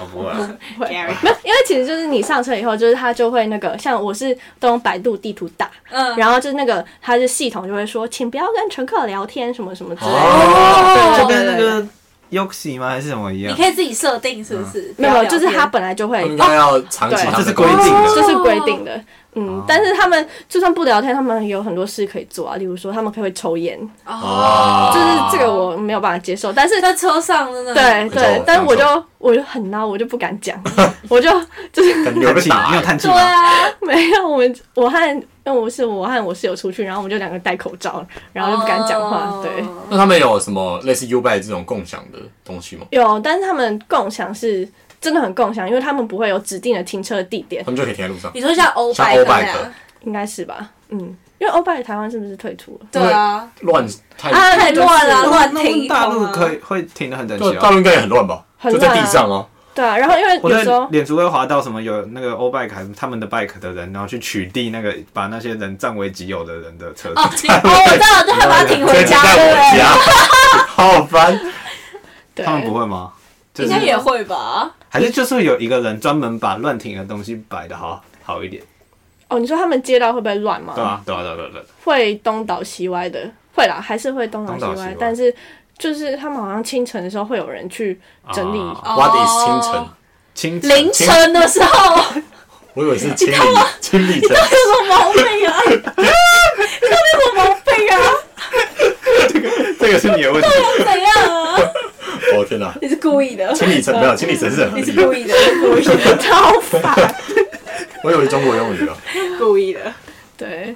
Speaker 2: 我不会啊，
Speaker 3: 会，
Speaker 1: Gary
Speaker 3: 没有，因为其实就是你上车以后，就是他就会那个，像我是都用百度地图打，
Speaker 1: 嗯，
Speaker 3: 然后就是那个他的系统就会说，请不要跟乘客聊天什么什么之类的。
Speaker 4: 哦，
Speaker 2: 就跟那个 Yoxi 吗？还是什么一
Speaker 1: 你
Speaker 2: 样？
Speaker 1: 可以自己设定是不是？
Speaker 3: 嗯没有，
Speaker 1: 不要聊
Speaker 3: 就
Speaker 1: 天哦
Speaker 3: 是他本来就会
Speaker 4: 他们应该要长期，
Speaker 3: 哎对啊
Speaker 2: 这是规定的
Speaker 3: 这是规定的。嗯，但是他们就算不聊天，他们有很多事可以做啊，例如说他们可以抽烟，
Speaker 1: 哦，
Speaker 3: 就是这个我没有办法接受。但是
Speaker 1: 在车上真的
Speaker 3: 对
Speaker 4: 没错
Speaker 3: 对，但是我
Speaker 4: 没错
Speaker 3: 就我就很孬，我就不敢讲，我就
Speaker 4: 感觉有
Speaker 2: 叹
Speaker 4: 被
Speaker 2: 气，
Speaker 4: 打
Speaker 2: 你有。叹气
Speaker 1: 对
Speaker 2: 吗？
Speaker 1: 啊，
Speaker 3: 没有我们我和因为我是我和我室友出去，然后我们就两个戴口罩，然后就不敢讲话。
Speaker 1: 哦
Speaker 3: 对，
Speaker 4: 那他们有什么类似 U Bike 这种共享的东西吗？
Speaker 3: 有，但是他们共享是真的很共享，因为他们不会有指定的停车地点
Speaker 4: 他，们就可以停在路上。
Speaker 1: 你说像欧
Speaker 4: 像
Speaker 1: 拜
Speaker 4: O
Speaker 1: 那
Speaker 4: bike
Speaker 1: 样，
Speaker 3: 应该是吧？嗯，因为欧巴台湾是不是退出了？
Speaker 1: 对啊，
Speaker 4: 乱太
Speaker 3: 啊，
Speaker 1: 太
Speaker 3: 就是
Speaker 1: 乱了乱
Speaker 2: 那问
Speaker 1: 停
Speaker 2: 大陆
Speaker 1: 空啊
Speaker 2: 可以会停的很整
Speaker 4: 就
Speaker 2: 齐
Speaker 4: 大
Speaker 2: 哦。
Speaker 4: 陆应该也很乱吧？
Speaker 3: 很
Speaker 4: 就
Speaker 3: 乱啊
Speaker 4: 在地上啊。
Speaker 3: 对啊，然后因为
Speaker 2: 我
Speaker 3: 有
Speaker 2: 在
Speaker 3: 时候
Speaker 2: 脸书会滑到什么有那个欧 bike 还是他们的 bike 的人，然后去取缔那个把那些人占为己有的人的车子
Speaker 1: 哦，。你哦，我知道，就还把它停回
Speaker 4: 直接
Speaker 1: 家，
Speaker 4: 在
Speaker 1: 对
Speaker 4: 我
Speaker 1: 不对？
Speaker 4: 家， 好烦。
Speaker 3: 对
Speaker 2: 他们不会吗？就
Speaker 1: 应
Speaker 2: 是
Speaker 1: 该也会吧？
Speaker 2: 还是就是有一个人专门把乱停的东西摆的好好一点，
Speaker 3: 哦，你说他们街道会不会乱吗？
Speaker 2: 对啊，对啊，对啊对啊对啊。
Speaker 3: 会东倒西歪的，会啦，还是会东倒
Speaker 2: 东
Speaker 3: 西
Speaker 2: 倒
Speaker 3: 歪，
Speaker 2: 西歪
Speaker 3: 但是就是他们好像清晨的时候会有人去 整理，哦
Speaker 2: 啊
Speaker 4: What is
Speaker 2: 清
Speaker 4: 清晨？
Speaker 2: 晨
Speaker 1: 哦凌晨的时候，
Speaker 4: 我以为是清理清理
Speaker 1: 有
Speaker 4: 城，
Speaker 1: 什么毛病啊？你到底有什么毛病啊？
Speaker 2: 这个是你的问题。
Speaker 1: 怎样啊？
Speaker 4: 我哦天哪！
Speaker 1: 你是故意的，
Speaker 4: 清理城没有，清理城是很合
Speaker 1: 你是
Speaker 4: 理的。
Speaker 1: 故意的，你是故意的，
Speaker 3: 超烦。
Speaker 4: 我以为是中国用语啊。
Speaker 1: 故意的。
Speaker 3: 对，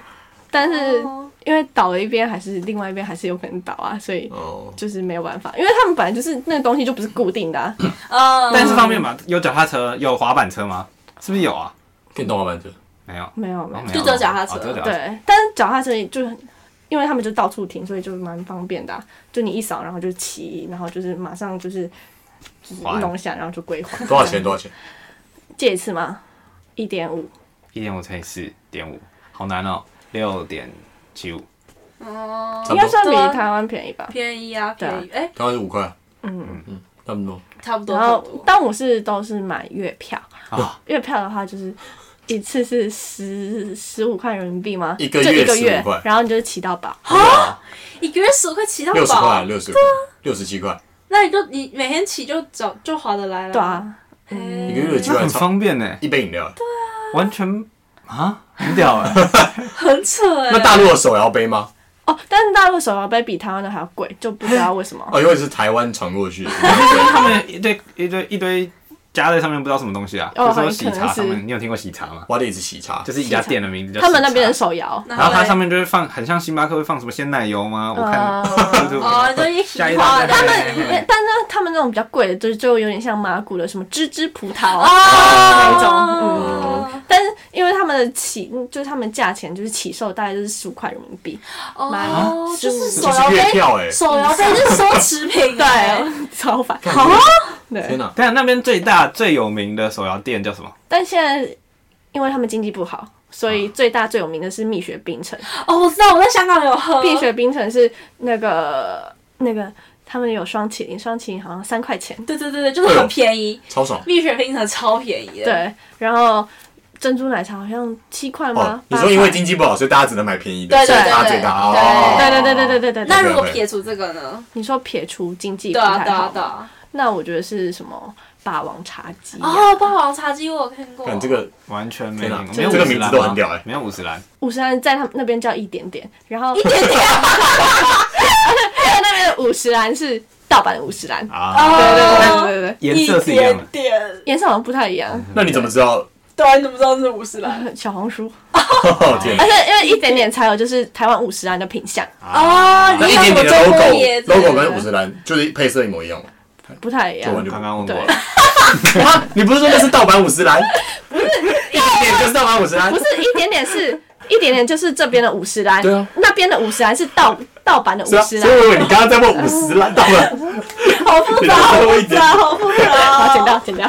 Speaker 3: 但是因为倒了一边还是另外一边还是有可能倒啊，所以
Speaker 4: 哦，
Speaker 3: 就是没有办法，因为他们本来就是那个东西就不是固定的、 啊，
Speaker 1: 嗯，
Speaker 2: 但是方便嘛，有脚踏车，有滑板车吗？是不是有啊？
Speaker 4: 电动滑板车。
Speaker 2: 没有，
Speaker 3: 没有没
Speaker 2: 哦
Speaker 3: 有。
Speaker 2: 没
Speaker 1: 就只有脚踏车
Speaker 2: 哦只有脚踏车
Speaker 3: 对，但是脚踏车就是因因为他们就到处停，所以就蛮方便的啊、就你一扫，然后就骑，然后就是马上就是就是
Speaker 2: 还
Speaker 3: 弄一下，然后就归还。
Speaker 4: 多少钱？多少钱？
Speaker 3: 借一次吗？一点五，
Speaker 2: 一点五乘以四点五，好难哦，六点七五，
Speaker 1: 哦，
Speaker 4: 差
Speaker 3: 应该
Speaker 4: 不多，
Speaker 3: 算比
Speaker 1: 对啊
Speaker 3: 台湾便宜吧。
Speaker 1: 便宜啊，
Speaker 3: 对啊
Speaker 1: 便宜，哎，
Speaker 4: 台湾是五块啊。嗯嗯，差不多。
Speaker 1: 差不多。
Speaker 3: 然
Speaker 1: 差
Speaker 3: 后
Speaker 1: 不多
Speaker 3: 但我是都是买月票，
Speaker 2: 啊
Speaker 3: 月票的话就是一次是十十五块人民币吗？
Speaker 4: 一个
Speaker 3: 就
Speaker 4: 月
Speaker 3: 一个月
Speaker 4: 15块，
Speaker 3: 然后你就骑到饱。
Speaker 1: 啊一个月十块骑到
Speaker 4: 六十块啊，
Speaker 1: 饱，
Speaker 4: 六十块，六十七块，
Speaker 1: 那你就你每天骑就找就划得来了。
Speaker 3: 对，啊，
Speaker 1: 嗯
Speaker 4: 一个月几
Speaker 2: 这
Speaker 4: 块
Speaker 2: 很
Speaker 4: 差
Speaker 2: 方便呢，
Speaker 4: 一杯饮料。啊
Speaker 1: 啊
Speaker 2: 完全啊，很屌哎，
Speaker 1: 很扯哎。
Speaker 4: 那大陆的手摇杯吗？
Speaker 3: 哦，但是大陆手摇杯比台湾的还要贵，就不知道为什么。
Speaker 4: 哦，因为是台湾传过去的。
Speaker 2: 他们一堆一堆一堆加在上面不知道什么东西啊，
Speaker 3: 哦
Speaker 2: 就说喜
Speaker 3: 可能
Speaker 2: 茶，
Speaker 3: 是
Speaker 2: 他们你有听过喜茶吗？
Speaker 4: 我得一直喜茶
Speaker 2: 就，是一家店的名字叫
Speaker 3: 他们那边的
Speaker 2: 喜茶
Speaker 3: 手摇，
Speaker 1: 然
Speaker 2: 然后它
Speaker 1: 嘞
Speaker 2: 上面就会放，很像星巴克会放什么鲜奶油吗？我看
Speaker 3: 呃
Speaker 2: 就是
Speaker 1: 哦，就一起
Speaker 2: 下一
Speaker 1: 划的。
Speaker 2: 道再
Speaker 4: 哎
Speaker 2: 来
Speaker 3: 但是他们那种比较贵的，就就有点像麻古的什么芝芝葡萄啊
Speaker 1: 哦，
Speaker 3: 那种，嗯。
Speaker 1: 哦，
Speaker 3: 但是因为他们的起，就是他们价钱就是起售大概就是十五块人民币，
Speaker 1: 哦，就是手
Speaker 4: 这
Speaker 1: 摇
Speaker 4: 是月
Speaker 1: 杯，
Speaker 4: 票哎。
Speaker 1: 手摇杯是奢侈品。哎，
Speaker 3: 对，超烦。
Speaker 4: 天
Speaker 3: 对，
Speaker 4: 哪！
Speaker 2: 但那边最大最有名的手摇店叫什么？
Speaker 3: 但现在因为他们经济不好，所以最大最有名的是蜜雪冰城。
Speaker 1: 哦，我知道，我在香港有喝
Speaker 3: 蜜雪冰城是那个那个他们有双麒麟，双麒麟好像三块钱。
Speaker 1: 对对对对，就是很便宜，
Speaker 4: 超爽
Speaker 1: 蜜雪冰城超便宜的。，
Speaker 3: 对，然后珍珠奶茶好像七块
Speaker 4: 哦
Speaker 3: 吗？！
Speaker 4: 你说因为经济不好，所以大家只能买便宜的，
Speaker 1: 啊对对
Speaker 4: 所以
Speaker 1: 对
Speaker 4: 大家
Speaker 1: 对
Speaker 4: 最大
Speaker 1: 对
Speaker 4: 哦。
Speaker 3: 对对对对对对对。
Speaker 1: 那
Speaker 3: 那
Speaker 1: 如果撇除这个呢？
Speaker 3: 你说撇除经济不
Speaker 1: 对啊
Speaker 3: 太
Speaker 1: 对啊
Speaker 3: 好
Speaker 1: 对
Speaker 3: 嘛，
Speaker 1: 啊。
Speaker 3: 那我觉得是什么霸王茶姬啊？
Speaker 1: 哦，霸王茶姬我有看过。
Speaker 4: 看这个
Speaker 2: 完全没
Speaker 4: 天哪
Speaker 2: 听过没有
Speaker 4: 这个
Speaker 2: 五十
Speaker 4: 名字
Speaker 2: 岚
Speaker 4: 都
Speaker 2: 吗
Speaker 4: 很屌哎
Speaker 2: 没有五十岚，
Speaker 3: 五十岚在他们那边叫一点点，然后一点点，在那边的 五十岚是盗版五十岚，
Speaker 2: 啊，
Speaker 3: 对对对对对，
Speaker 2: 颜色是一样的
Speaker 1: 点，点。
Speaker 3: 颜色好像不太一样。
Speaker 4: 那你怎么知道？
Speaker 1: 对啊，你怎么知道是五十 岚？
Speaker 3: 小红书，
Speaker 4: 哦天
Speaker 3: 而
Speaker 4: 哪！
Speaker 3: 且因为一点点才有，就是台湾五十岚的品相，
Speaker 1: 哦，
Speaker 4: 那
Speaker 1: 你
Speaker 4: 一
Speaker 1: 看
Speaker 4: 点
Speaker 1: 什么
Speaker 4: 点的
Speaker 1: 周末椰子
Speaker 4: logo，logo 跟五十岚就是配色一模一样嘛。
Speaker 3: 不太一样
Speaker 4: 就。
Speaker 2: 我刚刚问过
Speaker 3: 对
Speaker 2: 了，
Speaker 4: 啊，你不是说那是盗版五十岚？不是，一点就是盗版五十岚
Speaker 3: 啊不。是一点点是， 一点点就是这边的五十岚，
Speaker 4: 对啊
Speaker 3: 那边的五十岚是盗盗版的五
Speaker 4: 是啊，
Speaker 3: 十
Speaker 4: 所以
Speaker 3: 岚，
Speaker 4: 我以为你刚刚在问五十 岚盗版，
Speaker 1: 好复
Speaker 4: 你
Speaker 1: 杂，
Speaker 4: 在问一点。
Speaker 1: 好复杂。
Speaker 3: 好剪掉剪掉。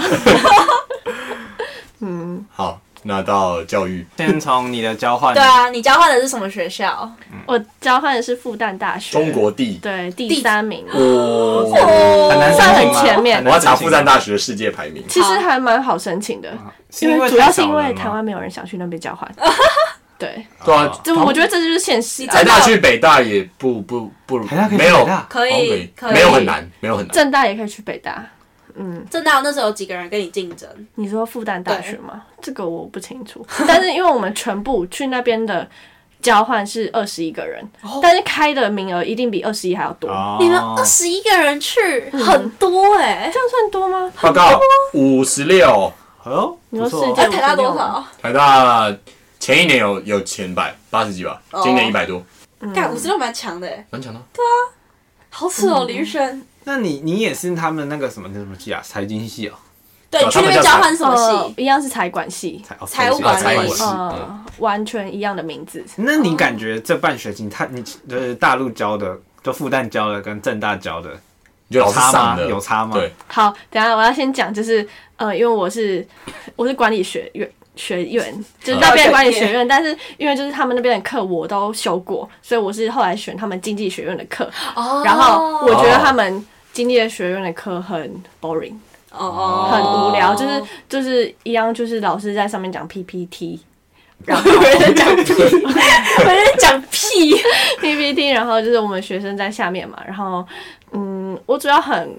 Speaker 4: 好，那到教育，
Speaker 2: 先从你的交换
Speaker 1: 对，啊，你交换的是什么学校？
Speaker 3: 我交换的是复旦大学，
Speaker 4: 中 国地，
Speaker 3: 对第三名，
Speaker 4: 哦，
Speaker 2: 很难
Speaker 3: 算
Speaker 2: 申请
Speaker 3: 很
Speaker 2: 吗
Speaker 3: 前面
Speaker 2: 很
Speaker 4: 我
Speaker 2: 难
Speaker 4: 要查复
Speaker 2: 申请
Speaker 4: 旦
Speaker 2: 吗，
Speaker 4: 大学的世界排名。
Speaker 3: 其实还蛮好申请的，
Speaker 2: 是
Speaker 3: 因
Speaker 2: 因
Speaker 3: 为
Speaker 2: 为
Speaker 3: 主要是因为
Speaker 2: 太少人吗
Speaker 3: 台湾没有人想去那边交换，
Speaker 4: 对啊，
Speaker 3: 就我觉得这就是现实啊。
Speaker 4: 台大去北大也不不不，
Speaker 2: 台大可以
Speaker 4: 没有
Speaker 2: 北大
Speaker 1: 可以，
Speaker 4: 好
Speaker 1: 可
Speaker 4: 像
Speaker 1: 以，
Speaker 4: 没有很。难，没有很难。
Speaker 3: 正大也可以去北大，
Speaker 1: 正大啊那时候有几个人跟你竞争？
Speaker 3: 你说复旦大学吗？这个我不清楚， 但是因为我们全部去那边的交换是二十一个人，
Speaker 1: 哦
Speaker 3: 但是开的名额一定比二十一还要多。
Speaker 2: 哦
Speaker 1: 你们二十一个人去，
Speaker 3: 嗯
Speaker 1: 很多哎。
Speaker 3: 这样算多吗？
Speaker 4: 报告五十六，
Speaker 2: 哦，
Speaker 3: 你说
Speaker 2: 不错哦
Speaker 3: 世界
Speaker 1: 台大哎多少？
Speaker 4: 台大前一年有有前百八十几吧，今
Speaker 3: 哦
Speaker 4: 年一百多，
Speaker 3: 嗯
Speaker 1: 干五十六蛮强的哎，
Speaker 4: 蛮强的。
Speaker 1: 好扯
Speaker 3: 嗯
Speaker 1: 哦，李宇轩。
Speaker 2: 那你你也是他们那个什么那什么系啊，财经系哦，
Speaker 1: 对，你去那边交换是什么
Speaker 3: 呃
Speaker 1: 系？
Speaker 3: 一样是财管系，
Speaker 2: 财哦
Speaker 1: 财务
Speaker 2: 财
Speaker 1: 管理
Speaker 2: 经系哦财管系
Speaker 3: 呃，完全一样的名字。
Speaker 2: 那你感觉这半学期他你呃大陆教的，就复旦教的跟正大教的
Speaker 4: 就老师
Speaker 2: 差
Speaker 4: 上
Speaker 2: 吗？
Speaker 4: 的
Speaker 2: 有差吗？
Speaker 4: 对，
Speaker 3: 好，等一下我要先讲，就是呃，因为我是我是管理学院学
Speaker 2: 哦
Speaker 3: 院，就是那边的管理
Speaker 1: 哦
Speaker 3: 学院，但是因为就是他们那边的课我都修过，所以我是后来选他们经济学院的课，
Speaker 1: 哦
Speaker 3: 然后我觉得他们经济学院的课很 boring，
Speaker 1: 哦
Speaker 3: 很无聊，就是就是一样，就是老师在上面讲 PPT。然后讲
Speaker 1: 我在讲屁。
Speaker 3: PPT，然后就是我们学生在下面嘛，然后嗯，我主要很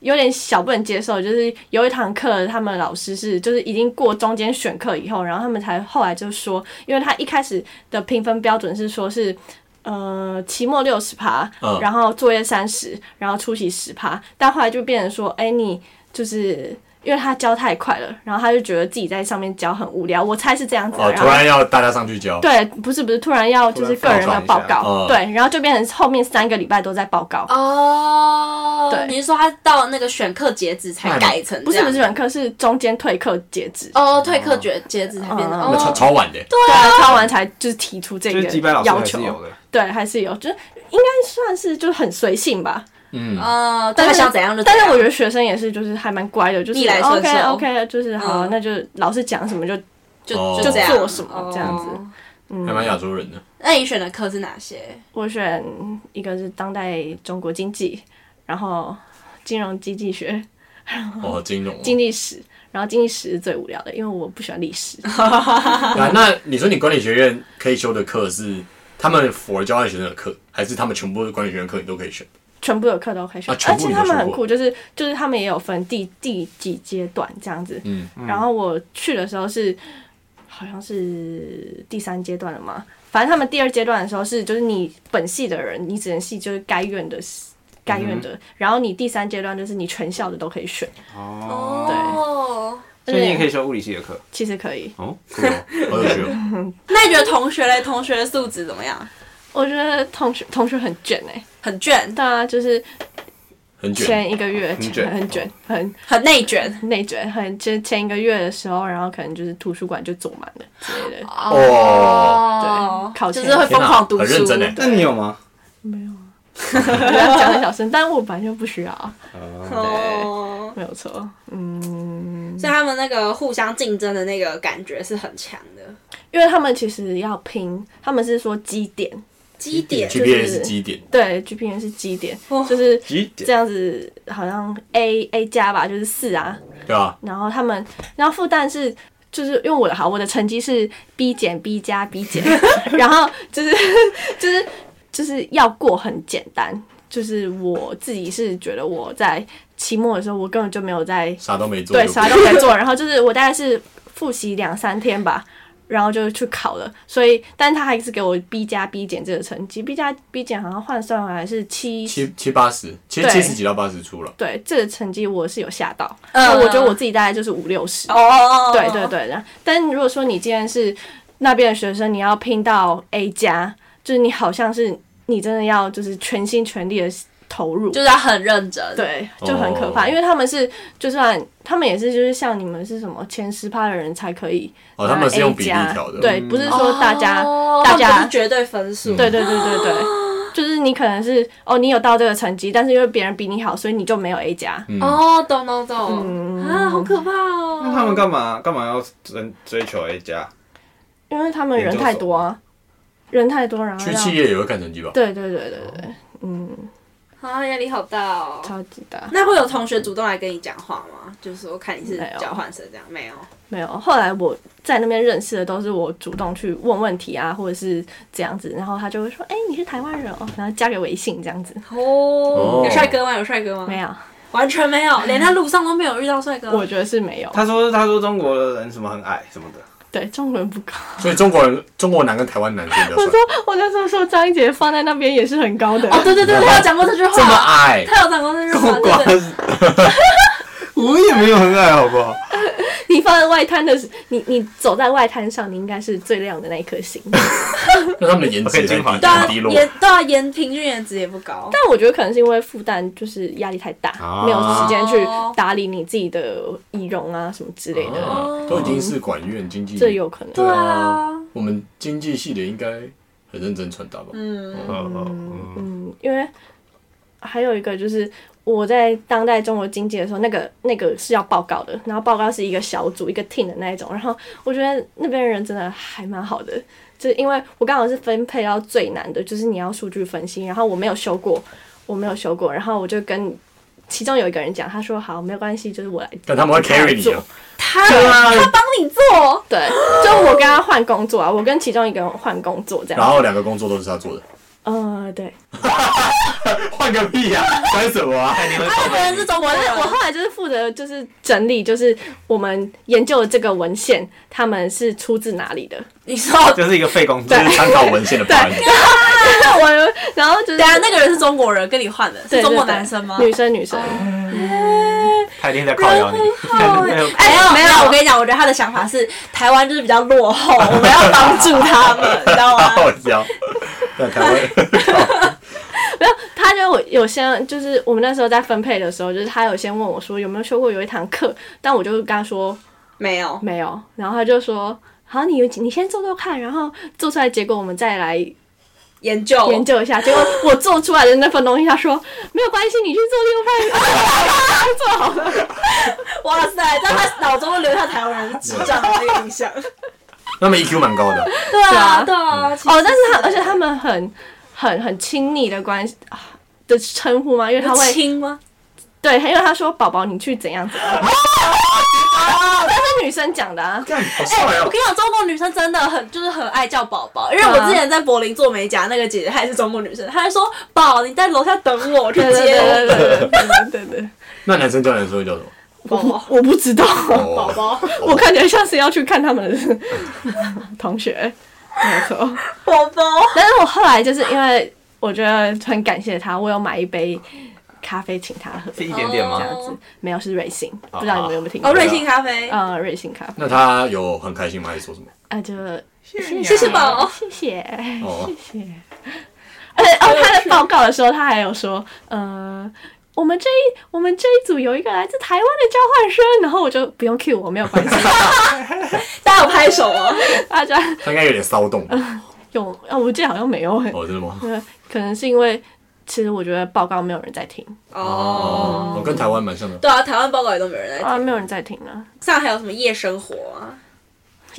Speaker 3: 有点小不能接受，就是有一堂课他们老师是就是已经过中间选课以后，然后他们才后来就说，因为他一开始的评分标准是说是。呃，期末六十趴
Speaker 4: 嗯，
Speaker 3: 然后作业三十，然后出席十趴，但后来就变成说，哎、你就是因为他教太快了，然后他就觉得自己在上面教很无聊，我猜是这样子啊。
Speaker 4: 哦，
Speaker 3: 然后
Speaker 4: 突然要大家上去教，
Speaker 3: 对，不是不是，突然要就是
Speaker 2: 突
Speaker 3: 个
Speaker 2: 然
Speaker 3: 人要
Speaker 2: 放
Speaker 3: 报
Speaker 2: 放一下
Speaker 3: 告，
Speaker 4: 嗯
Speaker 3: 对，然后就变成后面三个礼拜都在报告。
Speaker 1: 哦，
Speaker 3: 对
Speaker 1: 你是说他到那个选课截止
Speaker 4: 嗯
Speaker 1: 才改成
Speaker 3: 不
Speaker 1: 这
Speaker 3: 是
Speaker 1: 样
Speaker 3: 不是选课，是中间退课截止。
Speaker 1: 哦，退课截截止才变成
Speaker 3: 嗯
Speaker 4: 那超
Speaker 1: 哦，
Speaker 4: 超晚的，
Speaker 3: 对 啊，抄完才就是提出这
Speaker 2: 就
Speaker 3: 个
Speaker 2: 是几百老师
Speaker 3: 要
Speaker 2: 还
Speaker 3: 求
Speaker 2: 是，有的。
Speaker 3: 对，还是有，就是应该算是就是很随性吧。
Speaker 4: 嗯
Speaker 1: 哦，
Speaker 3: 但
Speaker 1: 他
Speaker 3: 是
Speaker 1: 想怎样就怎
Speaker 3: 但
Speaker 1: 样，
Speaker 3: 是我觉得学生也是就是还蛮乖的，就是
Speaker 1: 逆来顺
Speaker 3: OK
Speaker 1: 受
Speaker 3: OK，就是好，
Speaker 1: 嗯
Speaker 3: 那就老师讲什么就
Speaker 1: 就
Speaker 4: 哦
Speaker 1: 这样
Speaker 3: 就做什么这样子
Speaker 1: 哦
Speaker 4: 还蛮亚洲人的。
Speaker 1: 那你选的课是哪些？
Speaker 3: 我选一个是当代中国经济，然后金融经济学、
Speaker 4: 哦，金融哦。
Speaker 3: 经济史，然后经济史是最无聊的，因为我不喜欢历史。
Speaker 1: 嗯
Speaker 4: 那啊那你说你管理学院可以修的课是他们佛教的学生的课，还是他们全部的管理学院课你都可以选？
Speaker 3: 全部有课都可以
Speaker 2: 哦
Speaker 3: 选，
Speaker 4: 啊全
Speaker 3: 而
Speaker 4: 部
Speaker 3: 且
Speaker 4: 你都
Speaker 3: 他们
Speaker 4: 修
Speaker 3: 很
Speaker 4: 过
Speaker 3: 酷，就是就是他们也有分第第几阶段这样子。
Speaker 4: 嗯，
Speaker 3: 然后我去的时候是好像是第三阶段了嘛，反正他们第二阶段的时候是就是你本系的人，你只能系就是该院的该院
Speaker 2: 嗯
Speaker 3: 的，然后你第三阶段就是你全校的都可以选，嗯
Speaker 2: 哦，
Speaker 1: 哦，
Speaker 2: 所以你也可以修物理系的课
Speaker 3: 其实可以。
Speaker 2: 哦，酷哦
Speaker 4: 好有趣哦。
Speaker 1: 那你觉得同学嘞？同学的素质怎么样？
Speaker 3: 我觉得同学同学很卷哎、
Speaker 1: 很卷，
Speaker 3: 大家就是
Speaker 4: 很卷。
Speaker 3: 前一个月
Speaker 2: 很卷
Speaker 3: 很卷很
Speaker 1: 很内卷。
Speaker 3: 内卷，很就是前一个月的时候，然后可能就是图书馆就坐满了之 类的。对考
Speaker 1: 就
Speaker 3: 前
Speaker 1: 是会疯狂读
Speaker 4: 哦天哪
Speaker 1: 书
Speaker 4: 很认。真欸
Speaker 2: 那你有吗？
Speaker 3: 我要讲很小声，但我本来就不需要，
Speaker 1: 哦，
Speaker 3: 没有错。嗯，
Speaker 1: 所以他们那个互相竞争的那个感觉是很强的。
Speaker 3: 因为他们其实要拼，他们是说基点，
Speaker 1: 基点
Speaker 4: GPA 是基点，
Speaker 3: 对，GPA 是基点，
Speaker 1: 哦
Speaker 3: 就是
Speaker 2: 几点
Speaker 3: 这样子，好像 A A 加吧，就是四啊。
Speaker 4: 对吧？
Speaker 3: 然后他们，然后复旦是。就是因为我的好，我的成绩是 B 减 B 加 B 减，然后就是 就是就是要过很简单，就是我自己是觉得我在期末的时候，我根本就没有在
Speaker 4: 啥都没做。
Speaker 3: 对，啥都没做。然后就是我大概是复习两三天吧，然后就去考了。所以，但他还是给我 B 加 B 减这个成绩，B 加 B 减好像换算回来是七。
Speaker 4: 七七八十，其实
Speaker 3: 对
Speaker 4: 七十几到八十出了。
Speaker 3: 对，这个成绩我是有吓到，
Speaker 1: 嗯
Speaker 3: 呃那我觉得我自己大概就是五六十。
Speaker 1: 哦，
Speaker 3: 对对，对，然后但如果说你今天是那边的学生，你要拼到 A 加，就是你好像是你真的要就是全心全力的投入，
Speaker 1: 就是要很认真。，
Speaker 3: 对，就很可怕，
Speaker 4: 哦
Speaker 3: 因为他们是就算他们也是就是像你们是什么前十趴的人才可以
Speaker 4: 哦，他们是用比例
Speaker 3: 啊 A 加
Speaker 4: 调的。
Speaker 3: 对，
Speaker 2: 嗯
Speaker 3: 不是说大家、
Speaker 1: 哦他们
Speaker 3: 大
Speaker 1: 不
Speaker 3: 家
Speaker 1: 是绝对分数。
Speaker 3: 对对对对对，就是你可能是哦，你有到这个成绩，但是因为别人比你好，所以你就没有 A 加。
Speaker 4: 嗯，
Speaker 1: 哦，懂懂
Speaker 3: 嗯
Speaker 1: 懂啊，好可怕哦。
Speaker 2: 那他们干嘛干嘛要追追求 A 加？
Speaker 3: 因为他们人太多啊，人太多，然后
Speaker 4: 去
Speaker 3: 让
Speaker 4: 企业也会看成绩吧？
Speaker 3: 对对对对对，嗯，
Speaker 1: 啊，压力好大哦。
Speaker 3: 超级大。
Speaker 1: 那会有同学主动来跟你讲话吗？就是说看你是
Speaker 3: 没有
Speaker 1: 交换生这样，没有。
Speaker 3: 没有，后来我在那边认识的都是我主动去问问题啊，或者是这样子，然后他就会说：“哎、你是台湾人哦。”然后加个微信这样子。
Speaker 1: 哦有帅哥吗？有帅哥吗？
Speaker 3: 没有，
Speaker 1: 完全没有，连在路上都没有遇到帅哥。
Speaker 3: 我觉得是没有。
Speaker 2: 他说他说中国的人什么很矮什么的，
Speaker 3: 对，中国人不高。
Speaker 4: 所以中国人、中国男跟台湾男是比较帅。
Speaker 3: 我那时候说张一杰放在那边也是很高的。
Speaker 1: 哦，对对对，他有讲过这句
Speaker 4: 这么
Speaker 1: 话，
Speaker 4: 矮，
Speaker 1: 他有讲过这句话，对对。
Speaker 2: 是，我也没有很矮，好不好？
Speaker 3: 你放在外滩的时，你你走在外滩上，你应该是最亮的那一颗星。
Speaker 4: 那他们的颜值也
Speaker 2: 精华
Speaker 1: 对啊
Speaker 4: 很，低落。
Speaker 1: 颜对啊，颜平均颜值也不高。
Speaker 3: 但我觉得可能是因为复旦就是压力太大，
Speaker 2: 哦
Speaker 1: 啊
Speaker 3: 没有时间去打理你自己的仪容啊什么之类的，
Speaker 4: 啊都已经是管院经济，
Speaker 3: 这有可能。
Speaker 1: 对啊，
Speaker 4: 我们经济系的应该很认真穿搭吧？
Speaker 1: 嗯，
Speaker 2: 嗯，
Speaker 3: 嗯，因为还有一个就是我在当代中国经济的时候，那个那个是要报告的，然后报告是一个小组一个 team 的那一种，然后我觉得那边人真的还蛮好的，就是因为我刚好是分配到最难的，就是你要数据分析，然后我没有修过，我没有修过，然后我就跟。其中有一个人讲，他说好，没有关系，就是我来。
Speaker 4: 但他们会 carry 你啊，
Speaker 1: 他
Speaker 2: 对啊
Speaker 1: 他帮你做，
Speaker 3: 对，就我跟他换工作啊，我跟其中一个人换工作这
Speaker 4: 然
Speaker 3: 样。
Speaker 4: 后两个工作都是他做的，
Speaker 3: 呃，对，
Speaker 4: 换个屁呀、啊！穿什么啊？
Speaker 1: 他
Speaker 2: 嗯
Speaker 1: 可能是中国人，
Speaker 3: 我后来就是负责就是整理，就是我们研究的这个文献，他们是出自哪里的？
Speaker 1: 你说
Speaker 2: 就是一个废工作
Speaker 3: 对，
Speaker 4: 参考文献的发音，
Speaker 3: 我然后就是
Speaker 1: 啊对啊，那个人是中国人，跟你换的，
Speaker 3: 对
Speaker 1: 是中国
Speaker 3: 对对
Speaker 1: 男生吗？
Speaker 3: 女生女生，
Speaker 2: 他一定在靠咬你。
Speaker 1: 没有
Speaker 3: 没
Speaker 1: 哎哦没
Speaker 3: 有
Speaker 1: 有，我跟你讲，我觉得他的想法是台湾就是比较落后，我们要帮助他们，你知道吗？
Speaker 4: 好笑。在台湾，
Speaker 3: 他就我有先就是我们那时候在分配的时候，就是他有先问我说有没有修过有一堂课，但我就跟他说
Speaker 1: 没有，
Speaker 3: 没有，然后他就说好，你你先做做看，然后做出来结果我们再来
Speaker 1: 研究
Speaker 3: 研究一下。结果我做出来的那份东西，他说没有关系，你去做另外一份，做好了。
Speaker 1: 哇塞，在他脑中留下台湾人智障的那个印象。
Speaker 4: 他们 EQ E 蛮高的，
Speaker 1: 对
Speaker 3: 啊
Speaker 1: 对啊。哦，
Speaker 3: 哦，但是他而且他们很很很亲昵的关系啊的称呼嘛，因为他会
Speaker 1: 亲吗？
Speaker 3: 对，因为他说宝宝你去怎样怎 样，但是女生讲的啊，
Speaker 4: 干好帅
Speaker 1: 我
Speaker 4: 哦！
Speaker 1: 跟你讲，中国女生真的很就是很爱叫宝宝，因为
Speaker 3: 嗯
Speaker 1: 我之前在柏林做美甲，那个姐姐她也是中国女生，她还说宝你在楼下等我，我去
Speaker 3: 对对
Speaker 1: 接
Speaker 3: 对对
Speaker 1: 我
Speaker 3: 对对对对对，
Speaker 4: 那男生叫男生会叫什么？哦
Speaker 1: 宝宝
Speaker 3: 我不知道，
Speaker 4: 宝
Speaker 1: 宝宝
Speaker 3: 我感觉像是要去看他们的 同学，没错。
Speaker 1: 宝宝，
Speaker 3: 但是我后来就是因为我觉得很感谢他，我有买一杯咖啡请他喝，
Speaker 2: 是一点点吗
Speaker 3: 这？样子没有是瑞幸，不知道你们有没有听过？
Speaker 1: 哦，瑞幸咖啡，
Speaker 3: 呃，瑞幸咖啡，
Speaker 4: 那他有很开心吗？还是说什 么？
Speaker 3: 啊，就啊
Speaker 1: 谢谢宝，
Speaker 3: 谢谢。
Speaker 4: 哦，
Speaker 3: 而且哦，他在报告的时候，他还有说，呃，我们这一我们这一组有一个来自台湾的交换生，然后我就不用 cue 我，没有关系。
Speaker 1: 大家有拍手
Speaker 3: 啊
Speaker 1: 吗？
Speaker 3: 大家
Speaker 4: 他应该有点骚动吧。
Speaker 3: 有啊，我记得好像没有欸，
Speaker 4: 哦，真的吗？
Speaker 3: 呃，可能是因为其实我觉得报告没有人在听
Speaker 4: 哦，跟台湾蛮像的。
Speaker 1: 对啊，台湾报告也都没有人来听。
Speaker 3: 啊，没有人在听啊，
Speaker 1: 上海有什么夜生活啊？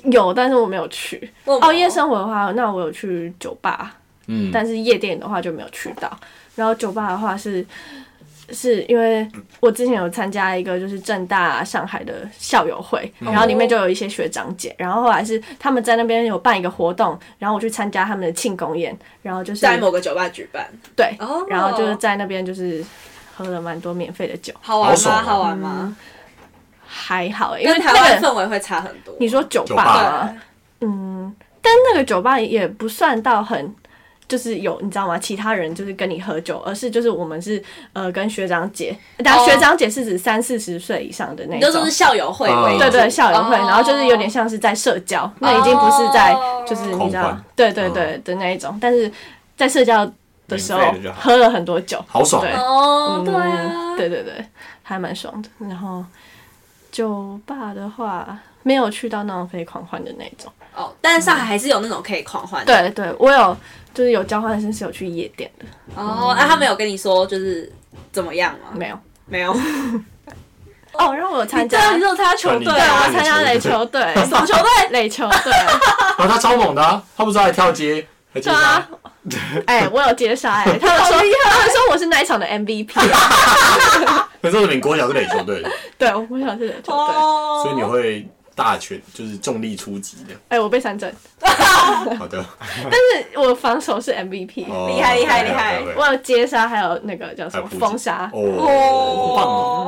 Speaker 1: 有
Speaker 3: 有，但是我没有去。哦，夜生活的话，那我有去酒吧，
Speaker 4: 嗯，
Speaker 3: 但是夜店的话就没有去到。然后酒吧的话是，是因为我之前有参加一个就是正大上海的校友会，然后里面就有一些学长姐，然后后来是他们在那边有办一个活动，然后我去参加他们的庆功宴，然后就是
Speaker 1: 在某个酒吧举办，
Speaker 3: 对，
Speaker 1: 哦
Speaker 3: 然后就是在那边就是喝了蛮多免费的酒，
Speaker 1: 好玩
Speaker 4: 好爽
Speaker 1: 吗？
Speaker 4: 哦
Speaker 1: 好玩吗？
Speaker 3: 还好、欸，因为
Speaker 1: 跟台
Speaker 3: 那
Speaker 1: 湾
Speaker 3: 个
Speaker 1: 氛围会差很多。
Speaker 3: 你说哦酒吧
Speaker 4: 酒吧
Speaker 3: 吗？
Speaker 1: 对，
Speaker 3: 嗯，但那个酒吧也不算到很，就是有你知道吗？其他人就是跟你喝酒，而是就是我们是呃跟学长姐，但
Speaker 1: 哦
Speaker 3: 学长姐是指三四十岁以上的那
Speaker 1: 你
Speaker 3: 种
Speaker 1: 就，说是校友
Speaker 4: 嗯
Speaker 1: 会为主，
Speaker 3: 对对校友会，
Speaker 1: 哦
Speaker 3: 然后就是有点像是在社交，那已经不是在就是你知
Speaker 4: 狂
Speaker 3: 道
Speaker 4: 欢，
Speaker 3: 对对对的那一种，但是在社交的时候
Speaker 2: 嗯免费的就好
Speaker 3: 喝了很多酒，
Speaker 4: 好爽
Speaker 3: 对
Speaker 4: 哦！
Speaker 1: 哦，
Speaker 3: 嗯
Speaker 1: 对啊，
Speaker 3: 对对对，还蛮爽的。然后酒吧的话，没有去到那种非狂欢的那种。
Speaker 1: 哦，但是上
Speaker 3: 嗯
Speaker 1: 海还是有那种可以狂欢的。
Speaker 3: 对对，我有就是有交换生是有去夜店的，
Speaker 1: 哦，那他们有跟你说就是怎么样吗？
Speaker 3: 没有。
Speaker 1: 没有。
Speaker 3: 哦，然后我有参
Speaker 1: 对
Speaker 3: 加，
Speaker 1: 啊，你只有参加球队
Speaker 3: 对，我
Speaker 1: 啊
Speaker 3: 有，参加垒球队， 什么球队？垒球队。
Speaker 4: 然后他超猛的啊，他不是还跳街，还接
Speaker 3: 对啊
Speaker 4: 杀，，
Speaker 3: 哎，我有接杀 哎，他们说他们说我是那一场的 MVP，
Speaker 4: 可是我们国小是垒球队的，
Speaker 3: 对，我想是垒球队。
Speaker 1: 哦，
Speaker 4: 所以你会大拳，就是重力出击的。
Speaker 3: 哎，我被三振，
Speaker 4: 好的，
Speaker 3: 但是我防守是 MVP，
Speaker 4: 哦
Speaker 1: 厉害厉害厉害
Speaker 3: 我有接杀，还有那个叫什么
Speaker 4: 还有
Speaker 3: 封杀，
Speaker 4: 哦，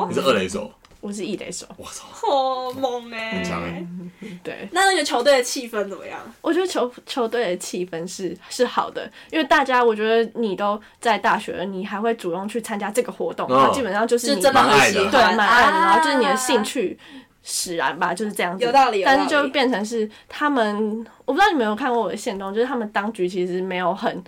Speaker 1: 棒
Speaker 4: 你是二垒手，
Speaker 3: 我是一垒手。
Speaker 4: 我操，
Speaker 1: 哦，猛哎
Speaker 4: 很！强嗯哎！
Speaker 3: 对，
Speaker 1: 那那个球队的气氛怎么样？
Speaker 3: 我觉得球球队的气氛是是好的，因为大家我觉得你都在大学了，你还会主动去参加这个活动，
Speaker 4: 嗯
Speaker 3: 那基本上就是
Speaker 1: 就
Speaker 3: 你
Speaker 1: 真的很喜
Speaker 4: 蛮
Speaker 1: 欢，
Speaker 4: 爱的
Speaker 3: 对，蛮爱的。
Speaker 1: 啊
Speaker 3: 然后就是你的兴趣使然吧，就是这样子。
Speaker 1: 有道理有道理
Speaker 3: 但是就变成是他们，我不知道你们有没有看过我的线动，就是他们当局其实没有很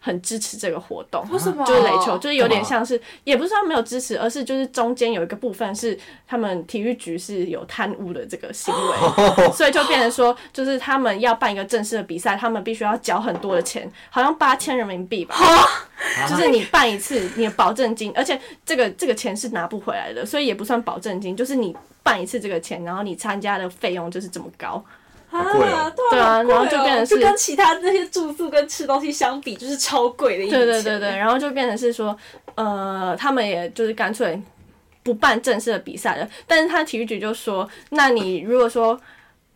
Speaker 3: 很支持这个活动。
Speaker 1: 为什么？
Speaker 3: 就是垒球，就是有点
Speaker 4: 干嘛
Speaker 3: 像是，也不是他没有支持，而是就是中间有一个部分是他们体育局是有贪污的这个行为，所以就变成说，就是他们要办一个正式的比赛，他们必须要缴很多的钱，好像八千人民币吧， 就是你办一次你的保证金，而且这个这个钱是拿不回来的，所以也不算保证金，就是你办一次这个钱，然后你参加的费用就是这么高，
Speaker 1: 啊
Speaker 4: 好贵哦
Speaker 1: 对
Speaker 3: 对啊
Speaker 1: 好贵哦
Speaker 3: 然后就变成是
Speaker 1: 就跟其他那些住宿跟吃东西相比，就是超贵的一笔
Speaker 3: 对对
Speaker 1: 钱
Speaker 3: 对对，，然后就变成是说，呃，他们也就是干脆不办正式的比赛了。但是他体育局就说，那你如果说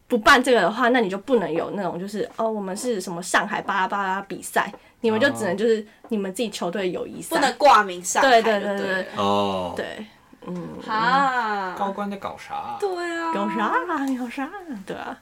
Speaker 3: 不办这个的话，那你就不能有那种就是哦，我们是什么上海巴拉巴拉比赛，你们就只能就是你们自己球队友谊赛，
Speaker 1: 不能挂名上海
Speaker 3: 对对
Speaker 1: 就
Speaker 3: 对
Speaker 1: 对
Speaker 3: 对
Speaker 1: 了
Speaker 4: 哦，
Speaker 3: 对，嗯，
Speaker 1: 啊，
Speaker 2: 高官在搞啥？
Speaker 1: 对啊，
Speaker 3: 有啥有啥，对啊，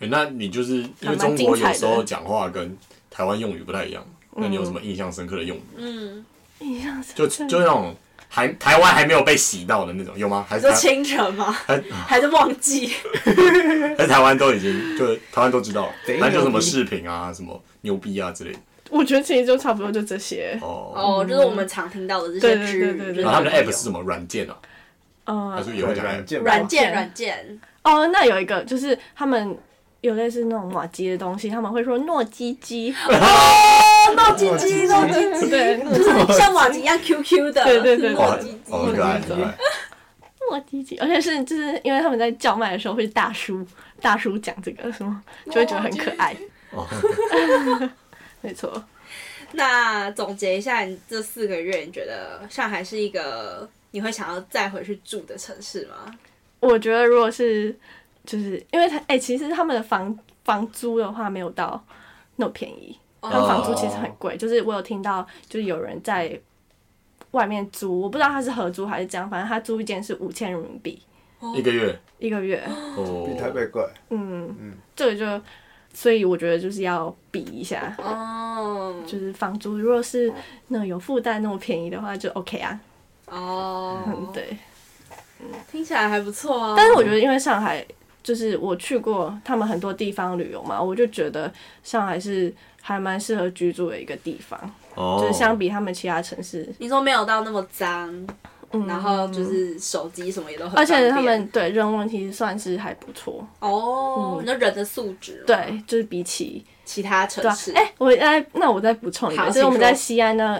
Speaker 4: 欸那你就是因为中国有时候讲话跟台湾用语不太一样，那你有什么印象深刻的用语？
Speaker 1: 嗯，
Speaker 3: 印象深
Speaker 4: 就
Speaker 3: 刻
Speaker 4: 就那种还台湾还没有被洗到的那种，有吗？还
Speaker 1: 你
Speaker 4: 是
Speaker 1: 说
Speaker 4: 台
Speaker 1: 清晨吗？
Speaker 4: 还
Speaker 1: 还是忘记？
Speaker 4: 还是台湾都已经就是台湾都知道了，
Speaker 5: 贼
Speaker 4: 反正就什
Speaker 5: 牛
Speaker 4: 么
Speaker 5: 逼
Speaker 4: 视频啊、什么牛逼啊之类的。
Speaker 6: 我觉得其实就差不多就这些。
Speaker 4: 哦，
Speaker 1: 哦，就是我们常听到的这
Speaker 6: 对
Speaker 1: 些
Speaker 6: 对
Speaker 1: 之
Speaker 6: 对对
Speaker 1: 语。
Speaker 6: 对
Speaker 4: 然后他们的 app
Speaker 1: 就是
Speaker 4: 什么软件啊？还
Speaker 6: 呃
Speaker 4: 是，也会讲 app？
Speaker 5: 件吧
Speaker 1: 软件，软件，
Speaker 3: 哦，那有一个就是他们有类似那种瓦基的东西，他们会说诺基基，
Speaker 1: 诺基基，诺基基，
Speaker 6: 对，
Speaker 1: 就是像瓦吉一样 QQ 的，
Speaker 6: 对对对对
Speaker 1: 诺基基。
Speaker 4: 哦，可爱可爱。
Speaker 3: 诺基基，而且是就是因为他们在叫卖的时候会大叔大叔讲这个什么，就会觉得很可爱。
Speaker 4: 哦，
Speaker 3: 没错，
Speaker 1: 那总结一下，你这四个月，你觉得上海是一个你会想要再回去住的城市吗？
Speaker 3: 我觉得如果是就是因为他哎、其实他们的房房租的话没有到那么便宜，
Speaker 1: 哦
Speaker 3: 他们房租其实很贵。就是我有听到，就是有人在外面租，我不知道他是合租还是怎样，反正他租一间是五千人民币
Speaker 4: 一个月
Speaker 3: 一个月。
Speaker 4: 哦，
Speaker 5: 比台北贵。
Speaker 3: 嗯，这个就，所以我觉得就是要比一下，
Speaker 1: 哦
Speaker 3: 就是房租，如果是那有附带那么便宜的话，就 OK 啊。嗯
Speaker 1: 哦，，
Speaker 3: 对。
Speaker 1: 听起来还不错啊。
Speaker 3: 但是我觉得，因为上海就是我去过他们很多地方旅游嘛，我就觉得上海是还蛮适合居住的一个地方，
Speaker 4: 哦
Speaker 3: 就是相比他们其他城市，
Speaker 1: 你说没有到那么脏，
Speaker 3: 嗯，
Speaker 1: 然后就是手机什么也都很
Speaker 3: 而
Speaker 1: 方便，
Speaker 3: 且他们对人文其实算是还不错，
Speaker 1: 哦，你说人的素质吗
Speaker 3: 嗯对，就是比起
Speaker 1: 其他城
Speaker 3: 对啊
Speaker 1: 市，，
Speaker 3: 哎、我再那我再补充一
Speaker 1: 好
Speaker 3: 个，就
Speaker 1: 请
Speaker 3: 是我们在
Speaker 1: 说
Speaker 3: 西安呢